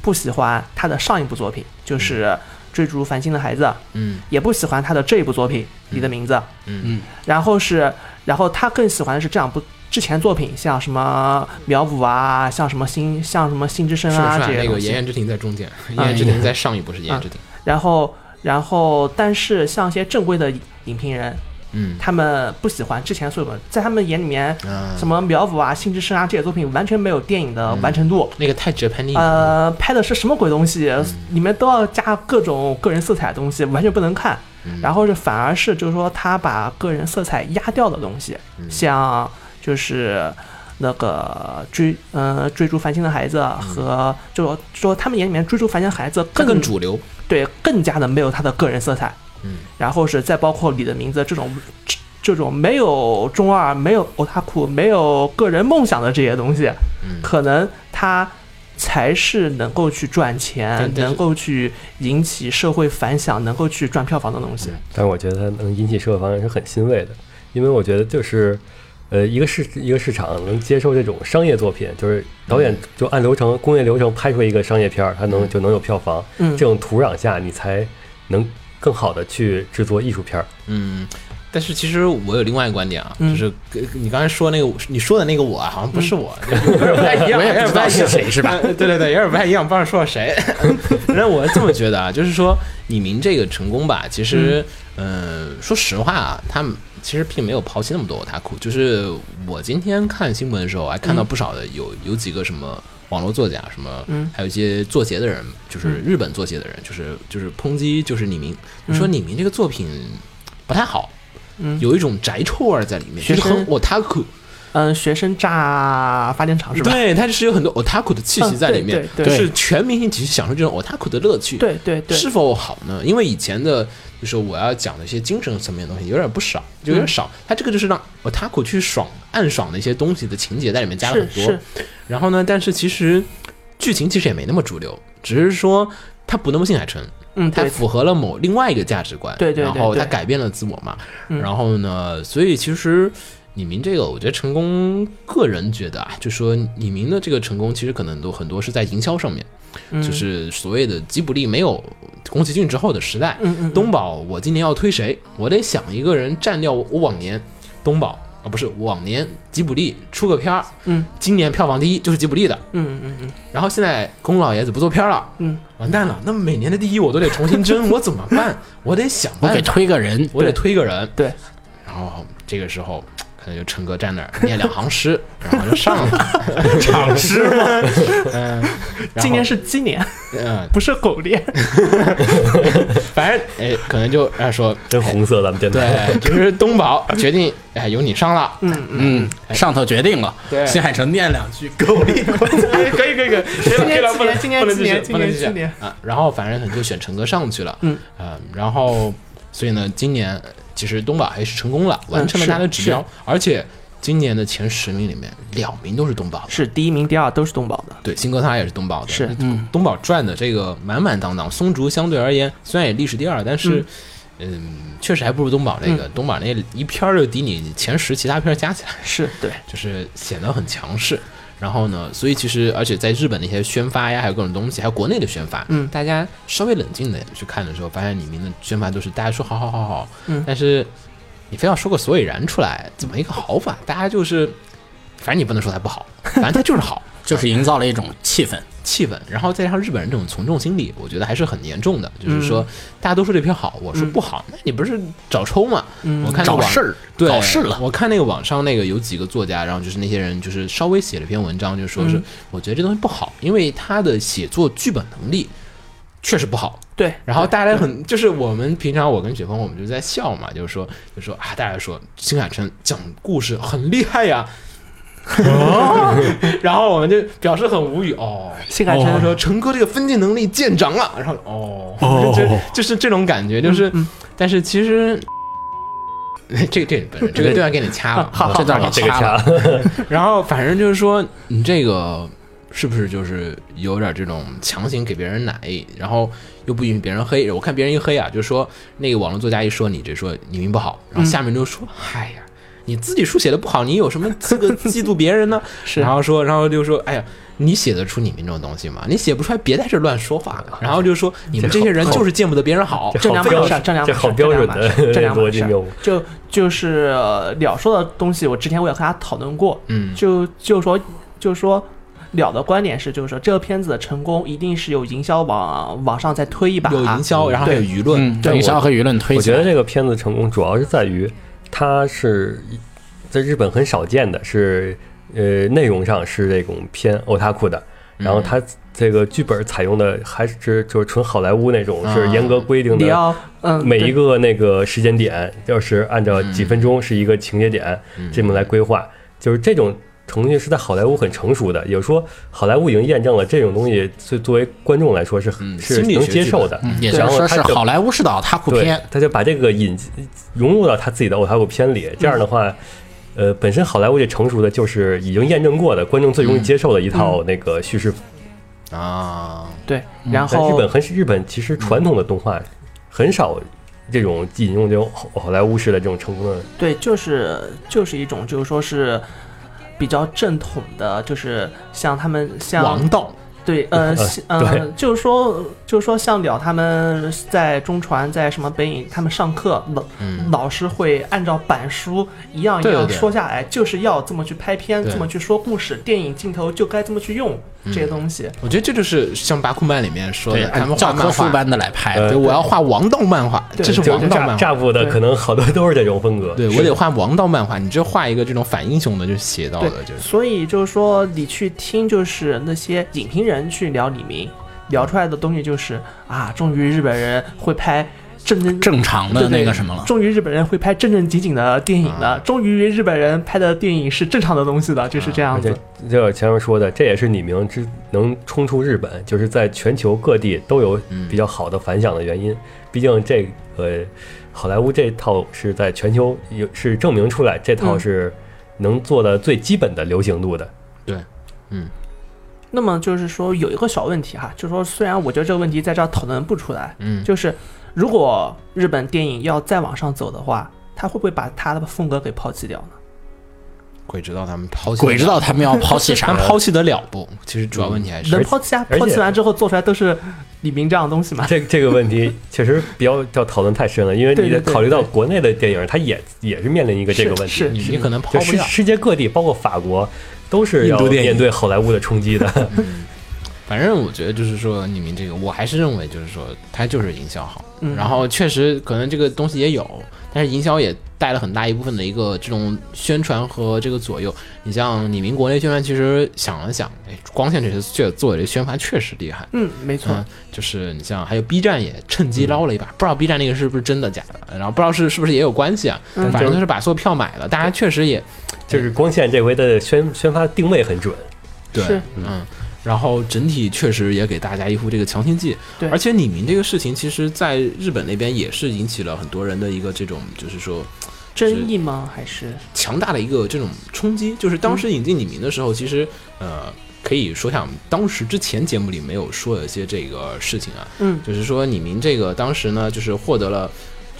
[SPEAKER 2] 不喜欢他的上一部作品，就是《追逐繁星的孩子》，
[SPEAKER 1] 嗯
[SPEAKER 2] 也不喜欢他的这一部作品《你的名字》，
[SPEAKER 1] 嗯
[SPEAKER 2] 然后是，然后他更喜欢的是这两部之前作品，像什么苗舞啊，像什么新，像什么新之声
[SPEAKER 1] 是不是
[SPEAKER 2] 啊
[SPEAKER 1] 啊
[SPEAKER 2] 这些
[SPEAKER 1] 那
[SPEAKER 2] 东
[SPEAKER 1] 个
[SPEAKER 2] 西。
[SPEAKER 1] 炎炎之庭在中间，
[SPEAKER 2] 啊
[SPEAKER 1] 炎炎之庭在上一部是炎炎之庭。
[SPEAKER 2] 然后，然后，但是像一些正规的影评人，
[SPEAKER 1] 嗯
[SPEAKER 2] 他们不喜欢之前所有的，在他们眼里面，
[SPEAKER 1] 嗯，
[SPEAKER 2] 什么苗舞啊、新之声啊这些作品完全没有电影的完成度。
[SPEAKER 1] 那个太 Japanese 了。
[SPEAKER 2] 呃，拍的是什么鬼东西？
[SPEAKER 1] 嗯
[SPEAKER 2] 里面都要加各种个人色彩的东西，完全不能看。
[SPEAKER 1] 嗯
[SPEAKER 2] 然后是反而是就是说他把个人色彩压掉的东西，
[SPEAKER 1] 嗯
[SPEAKER 2] 像就是那个追呃追逐繁星的孩子啊和就说就说他们眼里面追逐繁星的孩子
[SPEAKER 1] 它
[SPEAKER 2] 更
[SPEAKER 1] 嗯更主流，
[SPEAKER 2] 对更加的没有他的个人色彩。
[SPEAKER 1] 嗯，
[SPEAKER 2] 然后是再包括你的名字这种。这这种没有中二、没有 otaku、没有个人梦想的这些东西，
[SPEAKER 1] 嗯
[SPEAKER 2] 可能它才是能够去赚钱
[SPEAKER 1] 但、但是
[SPEAKER 2] 能够去引起社会反响、能够去赚票房的东西。
[SPEAKER 5] 但是我觉得它能引起社会反响是很欣慰的，因为我觉得就是，呃，一个市一个市场能接受这种商业作品，就是导演就按流程、工业流程拍出一个商业片儿，它能就能有票房。
[SPEAKER 2] 嗯
[SPEAKER 5] 这种土壤下，你才能更好的去制作艺术片儿。
[SPEAKER 1] 嗯。但是其实我有另外一个观点啊，
[SPEAKER 2] 嗯
[SPEAKER 1] 就是跟你刚才说那个你说的那个我啊，好像不是 我，有点不太一样，
[SPEAKER 3] 我也不知道是谁，是吧？
[SPEAKER 1] 呃 对对对，有点不太一样，不知道说到 谁。反正我是这么觉得啊，就是说李明这个成功吧，其实，嗯、说实话啊，他们其实并没有抛弃那么多他酷。就是我今天看新闻的时候，还看到不少的有有几个什么。网络作家什么，
[SPEAKER 2] 嗯
[SPEAKER 1] 还有一些作协的人，就是日本作协的人，就是就是抨击，就是李明，就说
[SPEAKER 2] 嗯
[SPEAKER 1] 李明这个作品不太好，
[SPEAKER 2] 嗯
[SPEAKER 1] 有一种宅臭味儿在里面，
[SPEAKER 2] 学
[SPEAKER 1] 就是很
[SPEAKER 2] 生
[SPEAKER 1] otaku，
[SPEAKER 2] 嗯，学生炸发电哦厂是吧？
[SPEAKER 1] 对，它是有很多 otaku 的气息
[SPEAKER 2] 嗯
[SPEAKER 1] 在里
[SPEAKER 2] 对
[SPEAKER 1] 面，
[SPEAKER 2] 对
[SPEAKER 1] 就
[SPEAKER 2] 对
[SPEAKER 1] 是全民一起享受这种 otaku 的乐趣。
[SPEAKER 2] 对对对，
[SPEAKER 1] 是否好呢？因为以前的，就是我要讲的一些精神层面的东西，有点不少，就
[SPEAKER 2] 嗯
[SPEAKER 1] 有点少。它这个就是让 otaku 去爽暗爽的一些东西的情节在里面加了很
[SPEAKER 2] 是
[SPEAKER 1] 多。
[SPEAKER 2] 是，
[SPEAKER 1] 然后呢，但是其实剧情其实也没那么主流，只是说它不那么新海诚，
[SPEAKER 2] 嗯，
[SPEAKER 1] 它
[SPEAKER 2] 对，
[SPEAKER 1] 符合了某另外一个价值观，
[SPEAKER 2] 对对对
[SPEAKER 1] 然后它
[SPEAKER 2] 对
[SPEAKER 1] 改变了自我嘛，
[SPEAKER 2] 嗯
[SPEAKER 1] 然后呢，所以其实。李明这个，我觉得成功，个人觉得啊，就说李明的这个成功，其实可能都很多是在营销上面，
[SPEAKER 2] 嗯
[SPEAKER 1] 就是所谓的吉卜力没有宫崎骏之后的时代。
[SPEAKER 2] 嗯嗯，
[SPEAKER 1] 东宝，我今年要推谁？我得想一个人占掉我往年东宝啊，不是往年吉卜力出个片儿，
[SPEAKER 2] 嗯，
[SPEAKER 1] 今年票房第一就是吉卜力的。
[SPEAKER 2] 嗯嗯嗯
[SPEAKER 1] 然后现在宫老爷子不做片儿了，
[SPEAKER 2] 嗯，
[SPEAKER 1] 完蛋了，那每年的第一我都得重新 争，我怎么办？我得想
[SPEAKER 3] 我
[SPEAKER 1] 办
[SPEAKER 3] 给
[SPEAKER 1] 法，
[SPEAKER 3] 推个人，
[SPEAKER 1] 我得推个人。
[SPEAKER 2] 对，
[SPEAKER 1] 然后这个时候。可能就陈哥站那儿念两行 诗，然后就上了。
[SPEAKER 5] 唱诗嘛，
[SPEAKER 1] 嗯，然后
[SPEAKER 2] 嗯， 今年是鸡年，
[SPEAKER 1] 嗯，
[SPEAKER 2] 不是狗年，
[SPEAKER 1] 反正哎，可能就哎说
[SPEAKER 5] 真红色咱们电台。
[SPEAKER 1] 对，就是东宝决定，哎，由你上了。
[SPEAKER 2] 嗯嗯，
[SPEAKER 3] 嗯，上头决定了。
[SPEAKER 1] 对
[SPEAKER 3] 新海诚念两句，够力。
[SPEAKER 1] 可以可以 可以，
[SPEAKER 2] 今年
[SPEAKER 1] 不能
[SPEAKER 2] 今年
[SPEAKER 1] 不能
[SPEAKER 2] 今年
[SPEAKER 1] 继续
[SPEAKER 2] 今
[SPEAKER 1] 不
[SPEAKER 2] 年
[SPEAKER 1] 能继续
[SPEAKER 2] 今年
[SPEAKER 1] 啊。然后反正可能就选陈哥上去了，
[SPEAKER 2] 嗯
[SPEAKER 1] 呃然后所以呢，今年呃其实东宝还是成功了，完成了
[SPEAKER 2] 嗯是
[SPEAKER 1] 他的指标，而且今年的前十名里面两名都是东宝的。
[SPEAKER 2] 是第一名、第二都是东宝的，
[SPEAKER 1] 对，新哥他也是东宝的，
[SPEAKER 2] 是
[SPEAKER 3] 嗯，
[SPEAKER 1] 东宝赚的这个满满当当。松竹相对而言虽然也历史第二，但是
[SPEAKER 2] 嗯，
[SPEAKER 1] 嗯，确实还不如东宝那个。东宝那一片儿就抵你前十其他片儿加起来。
[SPEAKER 2] 是对，
[SPEAKER 1] 就是显得很强势。然后呢，所以其实而且在日本的一些宣发呀，还有各种东西，还有国内的宣发，
[SPEAKER 2] 嗯
[SPEAKER 1] 大家稍微冷静的去看的时候，发现里面的宣发都是大家说好好好好，
[SPEAKER 2] 嗯
[SPEAKER 1] 但是你非要说个所以然出来，怎么一个好法？大家就是，反正你不能说它不 好，反正它就是好
[SPEAKER 3] 就是营造了一种气氛。
[SPEAKER 1] 气氛，然后再加上日本人这种从众心理，我觉得还是很严重的。就是说，大家都说这片好，我说
[SPEAKER 2] 嗯
[SPEAKER 1] 不好，那你不是找抽吗？
[SPEAKER 2] 嗯
[SPEAKER 1] 我看
[SPEAKER 3] 找
[SPEAKER 1] 网
[SPEAKER 3] 事儿，
[SPEAKER 1] 对，
[SPEAKER 3] 搞事了。
[SPEAKER 1] 我看那个网上那个有几个作家，然后就是那些人就是稍微写了篇文章，就说是、
[SPEAKER 2] 嗯
[SPEAKER 1] 我觉得这东西不好，因为他的写作剧本能力确实不好。
[SPEAKER 2] 对，
[SPEAKER 1] 然后大家很就是我们平常我跟雪峰我们就在笑嘛，就是说就说啊，大家说新海诚讲故事很厉害呀。哦， 然后我们就表示很无语哦。
[SPEAKER 2] 新海诚
[SPEAKER 1] 他说陈哥这个分析能力见长了，然后哦，就就是这种感觉，就是，
[SPEAKER 2] 嗯
[SPEAKER 1] 但是其实。 这个这个不是这个对话给你掐了，
[SPEAKER 2] 好好
[SPEAKER 3] 这段
[SPEAKER 5] 啊
[SPEAKER 3] 给
[SPEAKER 5] 这个
[SPEAKER 3] 掐了。
[SPEAKER 5] 掐，
[SPEAKER 1] 然后反正就是说，你这个是不是就是有点这种强行给别人奶，然后又不允许别人黑？我看别人一黑啊，就说那个网络作家一说你这说你命不好，
[SPEAKER 2] 嗯
[SPEAKER 1] 然后下面就说，嗨、呀，你自己书写的不好，你有什么资格嫉妒别人呢？
[SPEAKER 2] 是
[SPEAKER 1] 然后说，然后就说，哎呀。你写得出你们这种东西吗？你写不出来，别在这乱说话。 然后就说你们这些人就是见不得别人好，
[SPEAKER 2] 这两
[SPEAKER 5] 好
[SPEAKER 2] 码
[SPEAKER 5] 标
[SPEAKER 2] 事儿，这两
[SPEAKER 5] 这
[SPEAKER 2] 码事
[SPEAKER 5] 好
[SPEAKER 2] 儿，
[SPEAKER 5] 标准的
[SPEAKER 2] 这两码
[SPEAKER 5] 逻
[SPEAKER 2] 事儿，
[SPEAKER 5] 辑
[SPEAKER 2] 这两码
[SPEAKER 5] 谬
[SPEAKER 2] 事
[SPEAKER 5] 误
[SPEAKER 2] 儿。。就就是呃鸟说的东西，我之前我也和他讨论过，
[SPEAKER 1] 嗯，
[SPEAKER 2] 就就说就说鸟的观点是，就是说这个片子的成功一定是有营销往往上再推一把，啊
[SPEAKER 1] 有营销，然后还有舆论，
[SPEAKER 3] 嗯，
[SPEAKER 1] 啊对
[SPEAKER 3] 营销
[SPEAKER 1] 我
[SPEAKER 3] 和舆论推
[SPEAKER 5] 我
[SPEAKER 3] 起
[SPEAKER 5] 觉
[SPEAKER 3] 来。
[SPEAKER 5] 得这个片子成功主要是在于，它是在日本很少见的，是呃内容上是这种偏欧塔库的，然
[SPEAKER 2] 嗯
[SPEAKER 5] 后它这个剧本采用的还是就是纯好莱坞那种，是
[SPEAKER 1] 啊
[SPEAKER 5] 严格规定
[SPEAKER 2] 你
[SPEAKER 5] 的。
[SPEAKER 2] 要嗯
[SPEAKER 5] 每
[SPEAKER 2] 对
[SPEAKER 5] 一个那个时间点，要是按照几分钟是一个情节点，
[SPEAKER 1] 嗯
[SPEAKER 5] 这么来规划，就是这种程序是在好莱坞很成熟的。有说好莱坞已经验证了这种东西，作作为观众来说是
[SPEAKER 1] 嗯
[SPEAKER 5] 是
[SPEAKER 1] 心理
[SPEAKER 5] 能
[SPEAKER 1] 学
[SPEAKER 5] 接
[SPEAKER 1] 剧
[SPEAKER 5] 受
[SPEAKER 1] 本
[SPEAKER 5] 的。
[SPEAKER 3] 嗯也
[SPEAKER 5] 然
[SPEAKER 3] 就是说
[SPEAKER 5] 后它
[SPEAKER 3] 是
[SPEAKER 5] 就
[SPEAKER 3] 好莱坞式的塔库
[SPEAKER 5] 对
[SPEAKER 3] 片，，
[SPEAKER 5] 他就把这个引进融入到他自己的 otaku 片里，这样的话。
[SPEAKER 1] 嗯
[SPEAKER 5] 呃，本身好莱坞这成熟的就是已经验证过的，观众最容易接受的一套
[SPEAKER 1] 嗯
[SPEAKER 5] 那个叙事。
[SPEAKER 1] 啊，
[SPEAKER 2] 对，然
[SPEAKER 5] 在日
[SPEAKER 2] 后
[SPEAKER 5] 本很日本其实传统的动画很少这种引用这种好好莱坞式的这种成功的
[SPEAKER 2] 对，就是就是一种就是说是。比较正统的，就是像他们像
[SPEAKER 1] 王道，
[SPEAKER 2] 对，呃，
[SPEAKER 5] 呃
[SPEAKER 2] 西呃
[SPEAKER 5] 对，
[SPEAKER 2] 就是说，就是说，像鸟他们在中传，在什么北影，他们上课老、
[SPEAKER 1] 嗯
[SPEAKER 2] 老师会按照板书一样一
[SPEAKER 1] 对对
[SPEAKER 2] 样
[SPEAKER 1] 对
[SPEAKER 2] 说下来，就是要这么去拍片，
[SPEAKER 1] 对嗯
[SPEAKER 2] 这么去说故事，电影镜头就该这么去用、这些东西。
[SPEAKER 1] 我觉得这就是像巴库曼里面说
[SPEAKER 3] 对，
[SPEAKER 1] 的，哎他
[SPEAKER 3] 按
[SPEAKER 1] 们
[SPEAKER 3] 教
[SPEAKER 1] 画
[SPEAKER 3] 科
[SPEAKER 1] 漫
[SPEAKER 3] 书
[SPEAKER 1] 画，
[SPEAKER 3] 般的来拍。
[SPEAKER 5] 呃
[SPEAKER 1] 对，我要画王道漫画，
[SPEAKER 2] 对
[SPEAKER 1] 这是
[SPEAKER 5] 就
[SPEAKER 1] 王
[SPEAKER 5] 是
[SPEAKER 1] 道
[SPEAKER 5] 炸
[SPEAKER 1] 漫画。
[SPEAKER 5] 炸部的，
[SPEAKER 2] 对
[SPEAKER 5] 可能好多都是这种风格。
[SPEAKER 1] 对
[SPEAKER 5] 是
[SPEAKER 1] 我得画王道漫画，你这画一个这种反英雄的，就写到的，就是
[SPEAKER 2] 所以就是说，你去听就是那些影评人去聊李明，聊出来的东西就是啊，终于日本人会拍正正
[SPEAKER 3] 正常的
[SPEAKER 2] 对对
[SPEAKER 3] 那个什么了。
[SPEAKER 2] 终于日本人会拍正正经经的电影了，终于日本人拍的电影是正常的东西的，就是这样
[SPEAKER 5] 而且
[SPEAKER 2] 子。
[SPEAKER 5] 就前面说的，这也是李明之能冲出日本，就是在全球各地都有比较好的反响的原因。毕竟这呃，好莱坞这套是在全球有是证明出来，这套
[SPEAKER 2] 嗯
[SPEAKER 5] 是能做的最基本的流行度的。
[SPEAKER 2] 那么就是说有一个小问题哈，就是说虽然我觉得这个问题在这儿讨论不出来，
[SPEAKER 1] 嗯，
[SPEAKER 2] 就是如果日本电影要再往上走的话，他会不会把他的风格给抛弃掉呢？
[SPEAKER 1] 鬼知道他们抛弃，
[SPEAKER 3] 鬼知道他们要抛弃
[SPEAKER 1] 他
[SPEAKER 3] 啥
[SPEAKER 1] 们，抛弃得了不？其实主要问题还是
[SPEAKER 2] 能抛弃啊？
[SPEAKER 5] 而且
[SPEAKER 2] 抛弃完之后做出来都是李明这样的东 西嘛？
[SPEAKER 5] 这这个问题确实比较要讨论太深了，因为
[SPEAKER 2] 对
[SPEAKER 5] 你得
[SPEAKER 2] 对对
[SPEAKER 5] 考虑到国内的电影，它也也是面临一个这个问题
[SPEAKER 2] 是。
[SPEAKER 1] 你
[SPEAKER 2] 是
[SPEAKER 1] 你可能抛
[SPEAKER 5] 就
[SPEAKER 1] 不
[SPEAKER 5] 世
[SPEAKER 1] 了。
[SPEAKER 5] 世界各地，包括法国，都是要
[SPEAKER 1] 印度电影
[SPEAKER 5] 面对好莱坞的冲击的。
[SPEAKER 1] 反正我觉得就是说，你们这个，我还是认为就是说，它就是营销好。
[SPEAKER 2] 嗯
[SPEAKER 1] 然后确实可能这个东西也有，但是营销也带了很大一部分的一个这种宣传和这个左右。你像李明国内宣传，其实想了想，哎，光线这些确做的这宣发确实厉害。
[SPEAKER 2] 嗯，没错，
[SPEAKER 1] 嗯，就是你像还有 B 站也趁机捞了一把，
[SPEAKER 2] 嗯
[SPEAKER 1] 不知道 B 站那个是不是真的假的，然后不知道是是不是也有关系啊，
[SPEAKER 2] 嗯
[SPEAKER 1] 反正就是把所有票买了，大家确实也
[SPEAKER 5] 就是光线这回的宣宣发定位很准，
[SPEAKER 1] 对
[SPEAKER 2] 是，
[SPEAKER 1] 嗯，然后整体确实也给大家一副这个强心剂。
[SPEAKER 2] 对
[SPEAKER 1] 而且李明这个事情，其实在日本那边也是引起了很多人的一个这种，就是说
[SPEAKER 2] 争议吗？还是
[SPEAKER 1] 强大的一个这种冲击。就是当时引进李明的时候，其实呃，可以说一下我们当时之前节目里没有说的一些这个事情啊，
[SPEAKER 2] 嗯
[SPEAKER 1] 就是说李明这个当时呢，就是获得了。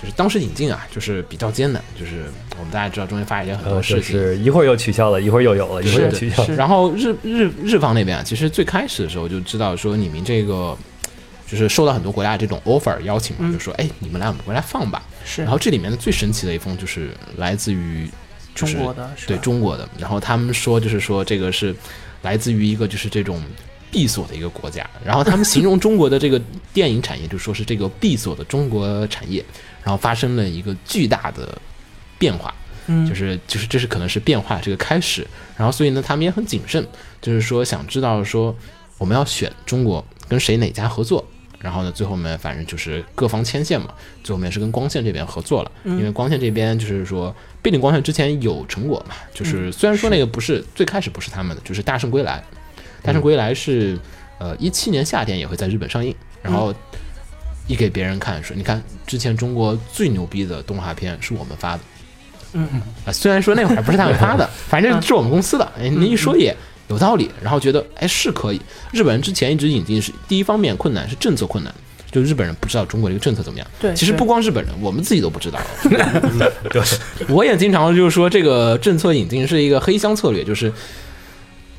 [SPEAKER 1] 就是当时引进啊，就是比较艰难，就是我们大家知道中间发生一些很
[SPEAKER 5] 呃，
[SPEAKER 1] 多
[SPEAKER 5] 就
[SPEAKER 1] 事情，
[SPEAKER 5] 是一会儿又取消了，一会儿又有了，一会儿又
[SPEAKER 2] 是
[SPEAKER 5] 取消了。
[SPEAKER 2] 是
[SPEAKER 1] 然后日日日方那边啊，其实最开始的时候就知道说你们这个就是受到很多国家这种 offer 邀请嘛，
[SPEAKER 2] 嗯
[SPEAKER 1] 就说哎你们来我们国家放吧。
[SPEAKER 2] 是
[SPEAKER 1] 然后这里面最神奇的一封就是来自于就
[SPEAKER 2] 中
[SPEAKER 1] 是
[SPEAKER 2] 国的是吧
[SPEAKER 1] 对中国的，然后他们说就是说这个是来自于一个就是这种。闭锁的一个国家，然后他们形容中国的这个电影产业，就说是这个闭锁的中国产业，然后发生了一个巨大的变化，
[SPEAKER 2] 嗯
[SPEAKER 1] 就是就是这是可能是变化这个开始，然后所以呢，他们也很谨慎，就是说想知道说我们要选中国跟谁哪家合作，然后呢，最后面反正就是各方牵线嘛，最后面是跟光线这边合作了，
[SPEAKER 2] 嗯
[SPEAKER 1] 因为光线这边就是说，背景光线之前有成果嘛，就是虽然说那个不是最开始不是他们的，就是《大圣归来》，《大
[SPEAKER 2] 嗯
[SPEAKER 1] 圣归来》是呃一七年夏天也会在日本上映，然
[SPEAKER 2] 嗯
[SPEAKER 1] 后。一给别人看说，你看之前中国最牛逼的动画片是我们发的，
[SPEAKER 2] 嗯
[SPEAKER 1] 啊，虽然说那会儿不是他们 发的，反正是我们公司的，
[SPEAKER 2] 嗯
[SPEAKER 1] 哎，你一说也有道理，然后觉得哎是可以。日本人之前一直引进是第一方面困难是政策困难，就日本人不知道中国这个政策怎么样。
[SPEAKER 2] 对
[SPEAKER 1] 其实
[SPEAKER 2] 对
[SPEAKER 1] 不光日本人，我们自己都不知道。对， 我也经常就是说这个政策引进是一个黑箱策略，就是。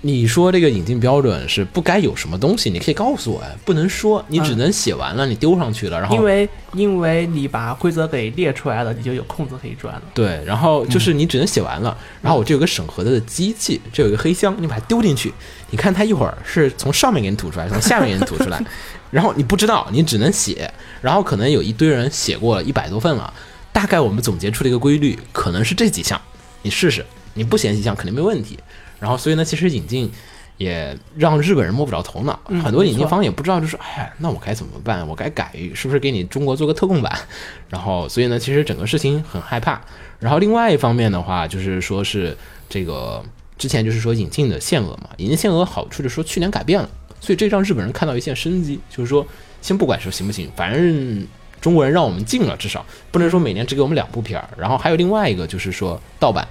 [SPEAKER 1] 你说这个引进标准是不该有什么东西，你可以告诉我呀，不能说，你只能写完了，你丢上去了，然后
[SPEAKER 2] 因为因为你把规则给列出来了，你就有空子可以钻了。
[SPEAKER 1] 对，然后就是你只能写完了，然后我这有个审核的机器，这有一个黑箱，你把它丢进去，你看它一会儿是从上面给你吐出来，从下面给你吐出来，然后你不知道，你只能写，然后可能有一堆人写过一百多份了，大概我们总结出了一个规律，可能是这几项，你试试，你不写几项肯定没问题。然后所以呢，其实引进。也让日本人摸不着头脑，
[SPEAKER 2] 嗯
[SPEAKER 1] 很多
[SPEAKER 2] 没
[SPEAKER 1] 引进
[SPEAKER 2] 错
[SPEAKER 1] 方也不知道，就是哎呀，那我该怎么办？我该改，是不是给你中国做个特供版？ 然后，所以呢，其实整个事情很害怕。然后另外一方面的话，就是说是这个之前就是说引进的限额嘛，引进限额好处就是说去年改变了，所以这让日本人看到一线生机，就是说先不管说行不行，反正中国人让我们进了，至少不能说每年只给我们两部片儿。然后还有另外一个就是说盗版，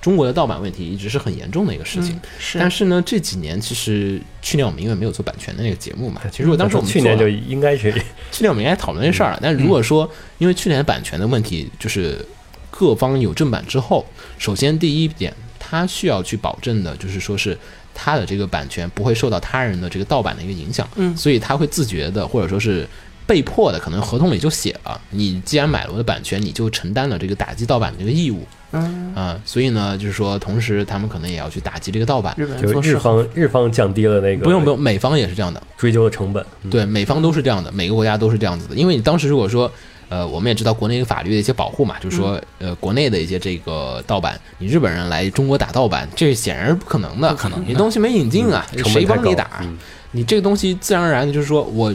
[SPEAKER 1] 中国的盗版问题一直是很严重的一个事情。
[SPEAKER 2] 嗯是，
[SPEAKER 1] 但是呢，这几年其实去年我们因为没有做版权的那个节目嘛，其实我当时我们
[SPEAKER 5] 去
[SPEAKER 1] 做
[SPEAKER 5] 年
[SPEAKER 1] 了
[SPEAKER 5] 就应该是
[SPEAKER 1] 去年我们应该讨论这事儿了，但如果
[SPEAKER 2] 嗯
[SPEAKER 1] 说因为去年版权的问题，就是各方有正版之后，首先第一点，它需要去保证的就是说是它的这个版权不会受到他人的这个盗版的一个影响，
[SPEAKER 2] 嗯
[SPEAKER 1] 所以他会自觉的或者说是。被迫的，可能合同里就写了，你既然买了我的版权，你就承担了这个打击盗版的这个义务
[SPEAKER 2] 嗯，
[SPEAKER 1] 啊、所以呢，就是说，同时他们可能也要去打击这个盗版，
[SPEAKER 2] 日本人
[SPEAKER 5] 就
[SPEAKER 2] 做
[SPEAKER 5] 是日
[SPEAKER 2] 事
[SPEAKER 5] 方日方降低了那个
[SPEAKER 1] 不用不用，美方也是这样的，
[SPEAKER 5] 追究的成本，嗯
[SPEAKER 1] 对，美方都是这样的，每个国家都是这样子的。因为你当时如果说，呃，我们也知道国内法律的一些保护嘛，就是说，呃，国内的一些这个盗版，你日本人来中国打盗版，这显然是不可能的，
[SPEAKER 3] 不可能的
[SPEAKER 1] 你东西没引进啊，
[SPEAKER 5] 成本
[SPEAKER 1] 谁
[SPEAKER 5] 太
[SPEAKER 1] 帮你
[SPEAKER 5] 高
[SPEAKER 1] 打？
[SPEAKER 5] 嗯
[SPEAKER 1] 你这个东西自然而然的就是说我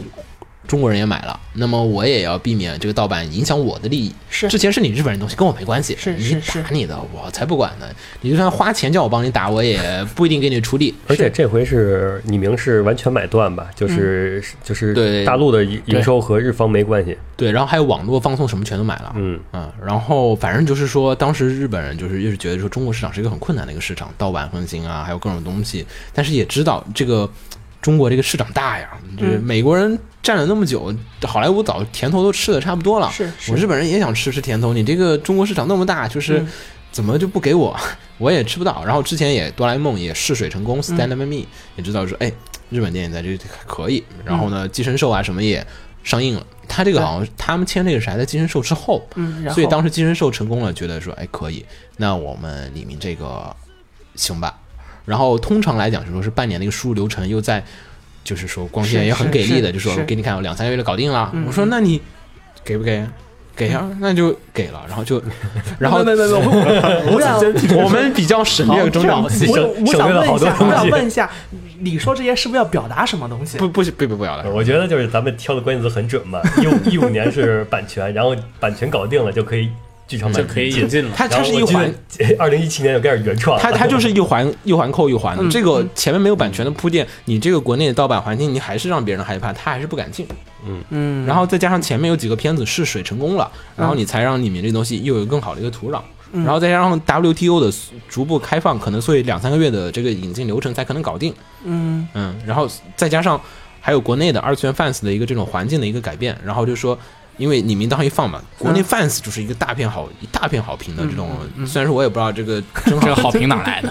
[SPEAKER 1] 中国人也买了，那么我也要避免这个盗版影响我的利益。
[SPEAKER 2] 是
[SPEAKER 1] 之前是你日本人东西，跟我没关系，
[SPEAKER 2] 是
[SPEAKER 1] 你
[SPEAKER 2] 是是
[SPEAKER 1] 打你的，我才不管呢。你就算花钱叫我帮你打，我也不一定给你出力。
[SPEAKER 5] 而且这回是你明是完全买断吧，就是就是
[SPEAKER 1] 嗯对
[SPEAKER 5] 大陆的营营收和日方没关系，
[SPEAKER 1] 对，然后还有网络放送什么全都买了，
[SPEAKER 5] 嗯，
[SPEAKER 1] 嗯，然后反正就是说，当时日本人就是又是觉得说中国市场是一个很困难的一个市场，盗版横行啊，还有各种东西，但是也知道这个中国这个市场大呀，就是
[SPEAKER 2] 嗯
[SPEAKER 1] 美国人占了那么久，好莱坞早甜头都吃的差不多了，
[SPEAKER 2] 是
[SPEAKER 1] 我日本人也想吃吃甜头，你这个中国市场那么大，就是
[SPEAKER 2] 嗯
[SPEAKER 1] 怎么就不给我， 我也吃不到。然后之前也哆啦 A 梦也试水成
[SPEAKER 2] 嗯
[SPEAKER 1] 功，Stand by Me 也知道说，哎，日本电影在这可以。然后
[SPEAKER 2] 嗯
[SPEAKER 1] 呢，寄生兽啊什么也上映了。他这个好像他们签这个啥，在寄生兽之后，
[SPEAKER 2] 嗯，然后
[SPEAKER 1] 所以当时寄生兽成功了，觉得说，哎，可以，那我们李明这个行吧。然后通常来讲，就说是半年的一个输入流程，又在就是说光线
[SPEAKER 2] 是
[SPEAKER 1] 也很
[SPEAKER 2] 是
[SPEAKER 1] 给力的，
[SPEAKER 2] 是
[SPEAKER 1] 就说
[SPEAKER 2] 是
[SPEAKER 1] 给你看，我两三个月就搞定了。
[SPEAKER 2] 嗯
[SPEAKER 1] 我说那你给不给？给呀、那就给了。然后 就，然后
[SPEAKER 2] 没没没，我
[SPEAKER 1] 啊
[SPEAKER 2] 我想
[SPEAKER 1] 我们比较省略中长期
[SPEAKER 5] 好，
[SPEAKER 2] 我我想问一下，我
[SPEAKER 5] 省
[SPEAKER 2] 想
[SPEAKER 5] 略了好多
[SPEAKER 2] 问一下，你说这些是不是要表达什么东西？
[SPEAKER 1] 不不不不不要了。
[SPEAKER 5] 我觉得就是咱们挑的关键词很 准嘛，一五一五年是版权，然后版权搞定了就可以剧场 版
[SPEAKER 3] 就可以
[SPEAKER 5] 进
[SPEAKER 3] 引，进了。
[SPEAKER 1] 它它是一环，
[SPEAKER 5] 二零一七年就开始原创了，
[SPEAKER 1] 它它就是一环一环扣一环的。
[SPEAKER 2] 嗯
[SPEAKER 1] 这个前面没有版权的铺垫，你这个国内的盗版环境，你还是让别人害怕，他还是不敢进。
[SPEAKER 2] 嗯，
[SPEAKER 1] 然后再加上前面有几个片子试水成功了，然后你才让里面这东西又有更好的一个土壤，
[SPEAKER 2] 嗯
[SPEAKER 1] 然后再加上 WTO 的逐步开放，可能所以两三个月的这个引进流程才可能搞定，
[SPEAKER 2] 嗯
[SPEAKER 1] 嗯，然后再加上还有国内的二次元 fans 的一个这种环境的一个改变，然后就说。因为李明当时一放嘛，国内
[SPEAKER 2] 嗯
[SPEAKER 1] fans 就是一个大片好一大片好评的这种
[SPEAKER 2] 嗯嗯，嗯
[SPEAKER 1] 虽然说我也不知道这个真好
[SPEAKER 3] 这个好评哪来的？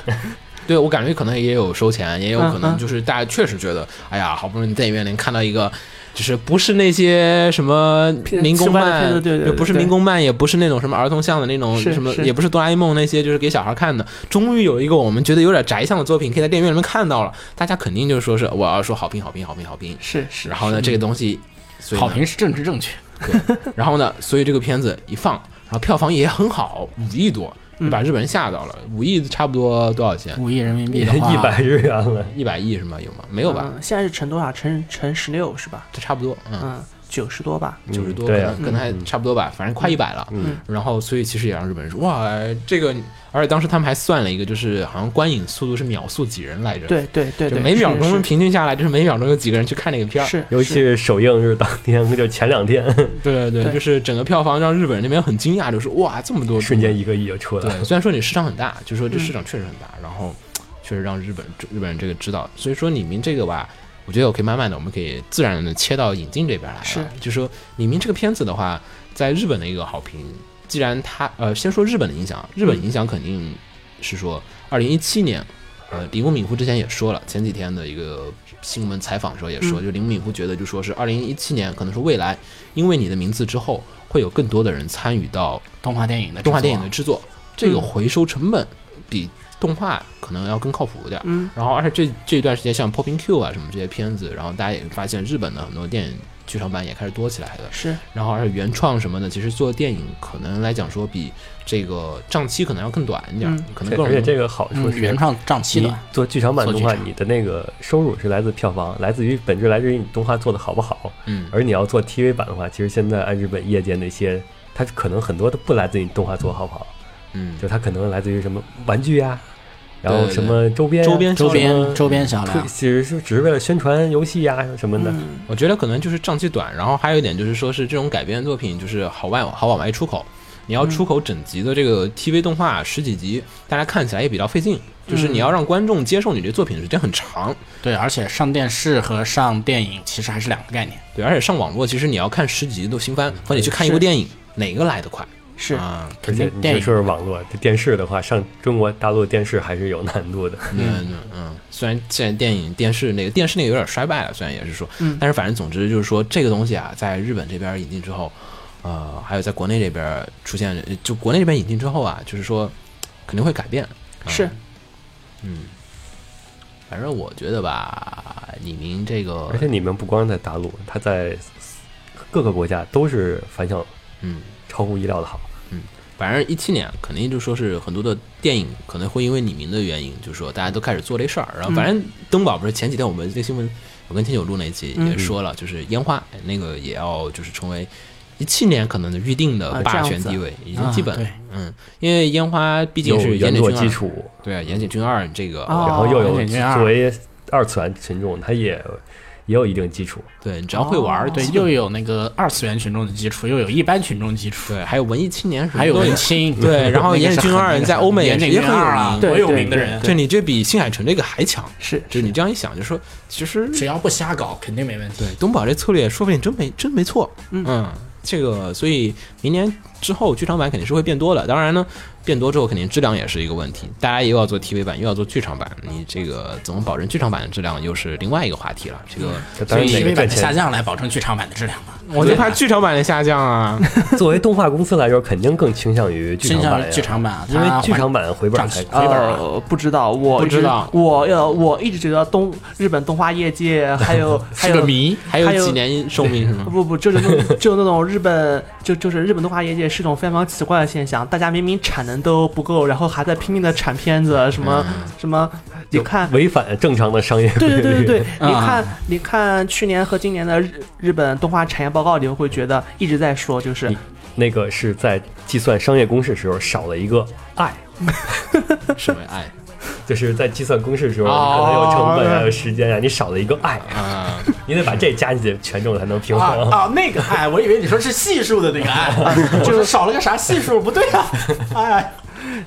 [SPEAKER 1] 对我感觉可能也有收钱，也有可
[SPEAKER 2] 嗯
[SPEAKER 1] 能
[SPEAKER 2] 嗯
[SPEAKER 1] 就是大家确实觉得，哎呀，好不容易在影院里看到一个，就是不是那些什么
[SPEAKER 2] 片
[SPEAKER 1] 民工
[SPEAKER 2] 吃饭的片
[SPEAKER 1] 漫，
[SPEAKER 2] 子对对
[SPEAKER 1] 就
[SPEAKER 2] 对
[SPEAKER 1] 不是
[SPEAKER 2] 对
[SPEAKER 1] 民工漫，也不是那种什么儿童向的那种
[SPEAKER 2] 是
[SPEAKER 1] 什么，
[SPEAKER 2] 是
[SPEAKER 1] 也不是哆啦 A 梦那些，就是给小孩看的。终于有一个我们觉得有点宅向的作品，可以在电影院里面看到了，大家肯定就是说是我要说好评，好评，好评，好评。
[SPEAKER 2] 是是，
[SPEAKER 1] 然后呢，这个东西，所以呢
[SPEAKER 3] 好评是政治正确，
[SPEAKER 1] 然后呢，所以这个片子一放，然后票房也很好，五亿多，就把
[SPEAKER 2] 嗯
[SPEAKER 1] 日本人吓到了。五亿差不多多少钱？
[SPEAKER 3] 五亿人民币的话，
[SPEAKER 5] 一百日元了。
[SPEAKER 1] 一百亿是吗？有吗？没有吧？
[SPEAKER 2] 嗯？现在是乘多少？乘乘十六是吧？
[SPEAKER 1] 这差不多，嗯，
[SPEAKER 2] 嗯，九十多吧。
[SPEAKER 1] 九十多，可
[SPEAKER 5] 对啊
[SPEAKER 1] 能可能还差不多吧，反正快一百了。
[SPEAKER 5] 嗯
[SPEAKER 1] 然后，所以其实也让日本人说，哇，这个，而且当时他们还算了一个，就是好像观影速度是秒速几人来着，，
[SPEAKER 2] 对对对
[SPEAKER 1] 就
[SPEAKER 2] 对，
[SPEAKER 1] 每秒
[SPEAKER 2] 是
[SPEAKER 1] 钟
[SPEAKER 2] 是
[SPEAKER 1] 平均下来就是每秒钟有几个人去看那个片儿，
[SPEAKER 2] 是，
[SPEAKER 5] 尤其
[SPEAKER 2] 是
[SPEAKER 5] 是首映日当天，就前两天，
[SPEAKER 3] 嗯
[SPEAKER 1] 对对
[SPEAKER 2] 对
[SPEAKER 1] 对，就是整个票房让日本人那边很惊讶，就是哇，这么多
[SPEAKER 5] 瞬间一个亿就出来了。
[SPEAKER 1] 对，虽然说你市场很大，就是说
[SPEAKER 2] 嗯
[SPEAKER 1] 这市场确实很大，然后确实让日本日本人这个知道，所以说李明这个吧，我觉得我可以慢慢的，我们可以自然的切到引进这边来了。
[SPEAKER 2] 是，
[SPEAKER 1] 就说李明这个片子的话，在日本的一个好评，既然它呃，先说日本的影响，日
[SPEAKER 2] 嗯
[SPEAKER 1] 本影响肯定是说二零一七年。呃，铃木敏夫之前也说了，前几天的一个新闻采访的时候也说，
[SPEAKER 2] 嗯
[SPEAKER 1] 就铃木敏夫觉得，就说是二零一七年，可能是未来，因为你的名字之后，会有更多的人参与到
[SPEAKER 3] 动画电影的制
[SPEAKER 1] 动
[SPEAKER 3] 作
[SPEAKER 1] 画电影的制作，这个
[SPEAKER 2] 嗯
[SPEAKER 1] 回收成本比动画可能要更靠谱一点。
[SPEAKER 2] 嗯
[SPEAKER 1] 然后，而且这这一段时间，像《Popping Q》啊什么这些片子，然后大家也发现日本的很多电影剧场版也开始多起来了。
[SPEAKER 2] 是
[SPEAKER 1] 然后，而且原创什么的，其实做电影可能来讲说比这个账期可能要更短一点，
[SPEAKER 2] 嗯
[SPEAKER 1] 可能
[SPEAKER 5] 对
[SPEAKER 1] 更
[SPEAKER 5] 而
[SPEAKER 1] 容
[SPEAKER 5] 且
[SPEAKER 1] 易
[SPEAKER 5] 这个好处
[SPEAKER 3] 嗯
[SPEAKER 5] 是，
[SPEAKER 3] 原创账期
[SPEAKER 5] 你
[SPEAKER 3] 的，
[SPEAKER 5] 做剧场版动画，
[SPEAKER 3] 做剧场
[SPEAKER 5] 你的那个收入是来自票房，来自于本质来自于你动画做的好不好。
[SPEAKER 1] 嗯
[SPEAKER 5] 而你要做 TV 版的话，其实现在按日本业界那些，它可能很多都不来自于你动画做得好不好，
[SPEAKER 1] 嗯
[SPEAKER 5] 就它可能来自于什么玩具呀、然后
[SPEAKER 1] 对对
[SPEAKER 5] 什么周边啊、
[SPEAKER 1] 周边
[SPEAKER 5] 什么
[SPEAKER 3] 周边啊周边销
[SPEAKER 5] 推
[SPEAKER 3] 量，
[SPEAKER 5] 其实是只是为了宣传游戏呀、啊什么的。
[SPEAKER 2] 嗯
[SPEAKER 1] 我觉得可能就是账期短，然后还有一点就是说是这种改编作品就是好外好往外出口，你要出口整集的这个 TV 动画十几集，大家看起来也比较费劲，就是你要让观众接受你这作品的时间很长，
[SPEAKER 3] 对，而且上电视和上电影其实还是两个概念。
[SPEAKER 1] 对，而且上网络其实你要看十几集都新番，或者你去看一部
[SPEAKER 2] 是
[SPEAKER 1] 电影，哪个来得快
[SPEAKER 2] 是
[SPEAKER 1] 啊？
[SPEAKER 5] 而
[SPEAKER 3] 肯
[SPEAKER 5] 且
[SPEAKER 3] 定
[SPEAKER 5] 你
[SPEAKER 3] 电
[SPEAKER 5] 就
[SPEAKER 3] 影
[SPEAKER 5] 说是网络，这电视的话，上中国大陆电视还是有难度的。
[SPEAKER 1] 嗯嗯嗯，虽然现在电影、电视那个电视那个有点衰败了，虽然也是说，
[SPEAKER 2] 嗯
[SPEAKER 1] 但是反正总之就是说这个东西啊，在日本这边引进之后，呃，还有在国内这边出现，呃就国内这边引进之后啊，就是说肯定会改变。嗯
[SPEAKER 2] 是，
[SPEAKER 1] 嗯，反正我觉得吧，李明这个
[SPEAKER 5] 而，且你们不光在大陆，它在各个国家都是反响
[SPEAKER 1] 嗯，
[SPEAKER 5] 超乎意料的好。
[SPEAKER 1] 反正一七年肯定就说是很多的电影可能会因为李明的原因，就是说大家都开始做这事儿，然后反正登宝不是前几天我们这新闻我跟天九录那一集也说了，就是烟花呃那个也要就是成为一七年可能预定的
[SPEAKER 2] 啊这
[SPEAKER 1] 霸
[SPEAKER 2] 样
[SPEAKER 1] 权
[SPEAKER 2] 子
[SPEAKER 1] 地位，已经基本
[SPEAKER 3] 啊对
[SPEAKER 1] 嗯，因为烟花毕
[SPEAKER 5] 有
[SPEAKER 1] 竟是
[SPEAKER 5] 原
[SPEAKER 1] 岩井
[SPEAKER 5] 作
[SPEAKER 1] 俊
[SPEAKER 5] 基
[SPEAKER 1] 二，
[SPEAKER 5] 础，
[SPEAKER 1] 对啊，岩井俊二这个
[SPEAKER 2] 哦
[SPEAKER 5] 然后又有
[SPEAKER 3] 岩井俊二
[SPEAKER 5] 作为二次元群众，他也也有一定基础。
[SPEAKER 1] 对，你只要会玩儿，
[SPEAKER 3] 对，
[SPEAKER 1] 基本
[SPEAKER 3] 又有那个二次元群众的基础，又有一般群众基础，
[SPEAKER 1] 对，还有文艺青年什么
[SPEAKER 3] 还有
[SPEAKER 1] 都
[SPEAKER 3] 文青，
[SPEAKER 1] 对然后
[SPEAKER 3] 那个
[SPEAKER 1] 岩
[SPEAKER 3] 是
[SPEAKER 1] 井俊
[SPEAKER 3] 很
[SPEAKER 1] 二
[SPEAKER 3] 那个
[SPEAKER 1] 在欧美
[SPEAKER 3] 岩井
[SPEAKER 1] 也
[SPEAKER 3] 俊
[SPEAKER 1] 很有
[SPEAKER 3] 二啊，
[SPEAKER 1] 名
[SPEAKER 3] 多
[SPEAKER 2] 对
[SPEAKER 3] 有
[SPEAKER 2] 对
[SPEAKER 3] 名的
[SPEAKER 2] 对
[SPEAKER 3] 人，
[SPEAKER 1] 对你这比新海诚这个还强，
[SPEAKER 2] 是
[SPEAKER 1] 就是你这样一想，就说其实
[SPEAKER 3] 只要不瞎搞，肯定没问题。
[SPEAKER 1] 对东宝这策略，说不定真没真没错。
[SPEAKER 2] 嗯
[SPEAKER 1] 这个所以明年之后剧场版肯定是会变多的。当然呢，变多之后肯定质量也是一个问题，大家又要做 TV 版，又要做剧场版，你这个怎么保证剧场版的质量又是另外一个话题了。这个
[SPEAKER 5] 当然
[SPEAKER 3] 以
[SPEAKER 5] 哪
[SPEAKER 3] TV 版
[SPEAKER 5] 个赚
[SPEAKER 3] 的下
[SPEAKER 5] 钱，
[SPEAKER 3] 降来保证剧场版的质量吧。
[SPEAKER 1] 我就怕剧场版的下降啊。
[SPEAKER 5] 作为动画公司来说，肯定更倾向于剧
[SPEAKER 3] 倾
[SPEAKER 5] 场
[SPEAKER 3] 向
[SPEAKER 5] 版呀
[SPEAKER 3] 于剧场版，啊
[SPEAKER 5] 因为剧场版回本
[SPEAKER 3] 涨
[SPEAKER 5] 才
[SPEAKER 3] 起回本儿啊
[SPEAKER 2] 呃，不知道，我
[SPEAKER 1] 不
[SPEAKER 2] 一直
[SPEAKER 1] 知道
[SPEAKER 2] 我呃，我一直觉得东日本动画业界还有 还
[SPEAKER 1] 是个
[SPEAKER 2] 有
[SPEAKER 1] 谜，还
[SPEAKER 2] 还
[SPEAKER 1] 有
[SPEAKER 2] 有
[SPEAKER 1] 几年寿命是吗？
[SPEAKER 2] 不不，就是那 种就是那种日本，就就是日本动画业界是一种非常奇怪的现象，大家明明产能都不够，然后还在拼命的产片子，什么、
[SPEAKER 1] 嗯
[SPEAKER 2] 什么，你看。
[SPEAKER 5] 违反正常的商业
[SPEAKER 2] 对对对对对，
[SPEAKER 3] 嗯
[SPEAKER 2] 你看，你看去年和今年的日日本动画产业报告，你会觉得一直在说，就是
[SPEAKER 5] 你 那个是在计算商业公式时候少了一个爱，
[SPEAKER 1] 什 么哎爱
[SPEAKER 5] 就是在计算公式时候，
[SPEAKER 1] 哦
[SPEAKER 5] 你可能有成本啊、有时间啊，你少了一个爱，
[SPEAKER 1] 啊？
[SPEAKER 5] 你得把这加进去，权重才能平
[SPEAKER 3] 啊
[SPEAKER 5] 衡。
[SPEAKER 3] 啊，那个哎，我以为你说是系数的那个哎，就是少了个啥系数，不对啊，哎，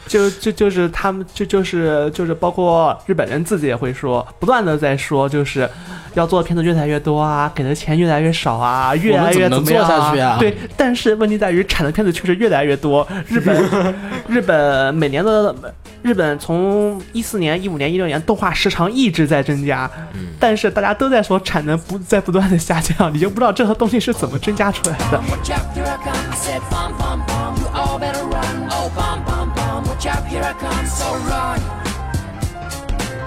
[SPEAKER 2] 就就就是他们就就是就是包括日本人自己也会说，不断的在说，就是要做的片子越来越多啊，给的钱越来越少啊，越来越
[SPEAKER 3] 我们怎么能
[SPEAKER 2] 么样、
[SPEAKER 3] 做下去啊
[SPEAKER 2] 对，但是问题在于产的片子确实越来越多。日 本日本每年的日本从一四年、一五年、一六年动画时长一直在增加，
[SPEAKER 3] 嗯
[SPEAKER 2] 但是大家都在说产能不在不断的下降，你就不知道这个东西是怎么增加出来的。
[SPEAKER 6] Watch out, here I come. I said, bum, bum, bum. You all better run. Oh, bum, bum, bum. Watch out, here I come. So run.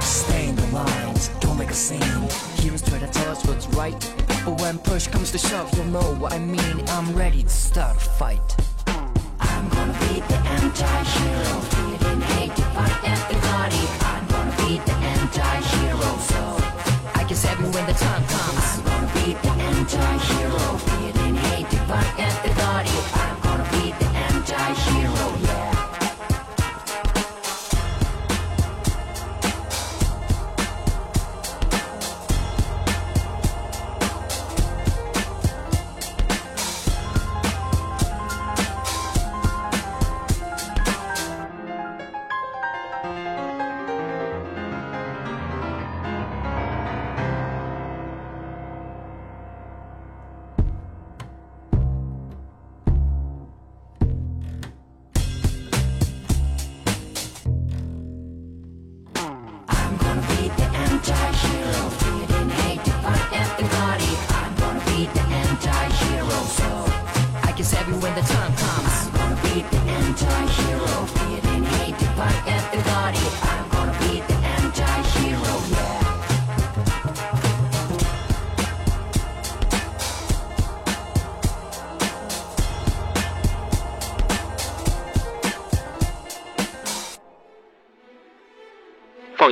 [SPEAKER 6] Stay in the lines. Don't make a scene. Heroes try to tell us what's right. But when push comes to shove, you'll know what I mean. I'm ready to start a fight. I'm gonna be the anti-hero. Feeling hate by everybody. I'm gonna be the anti-hero. So I guess every when the time comes, I'm gonna be the anti-hero. Feeling hate by everybody. I'm gonna be the anti-hero. Yeah. I'm gonna be the anti-hero. Feeling hate by everybody. I'm gonna be the anti-hero. So I guess every when the time comes, I'm gonna be the anti-hero. Feeling hate by everybody. I'm gonna be the anti-hero. Yeah.
[SPEAKER 7] 《放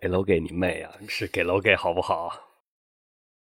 [SPEAKER 5] 给楼给你妹啊，是给楼给好不好？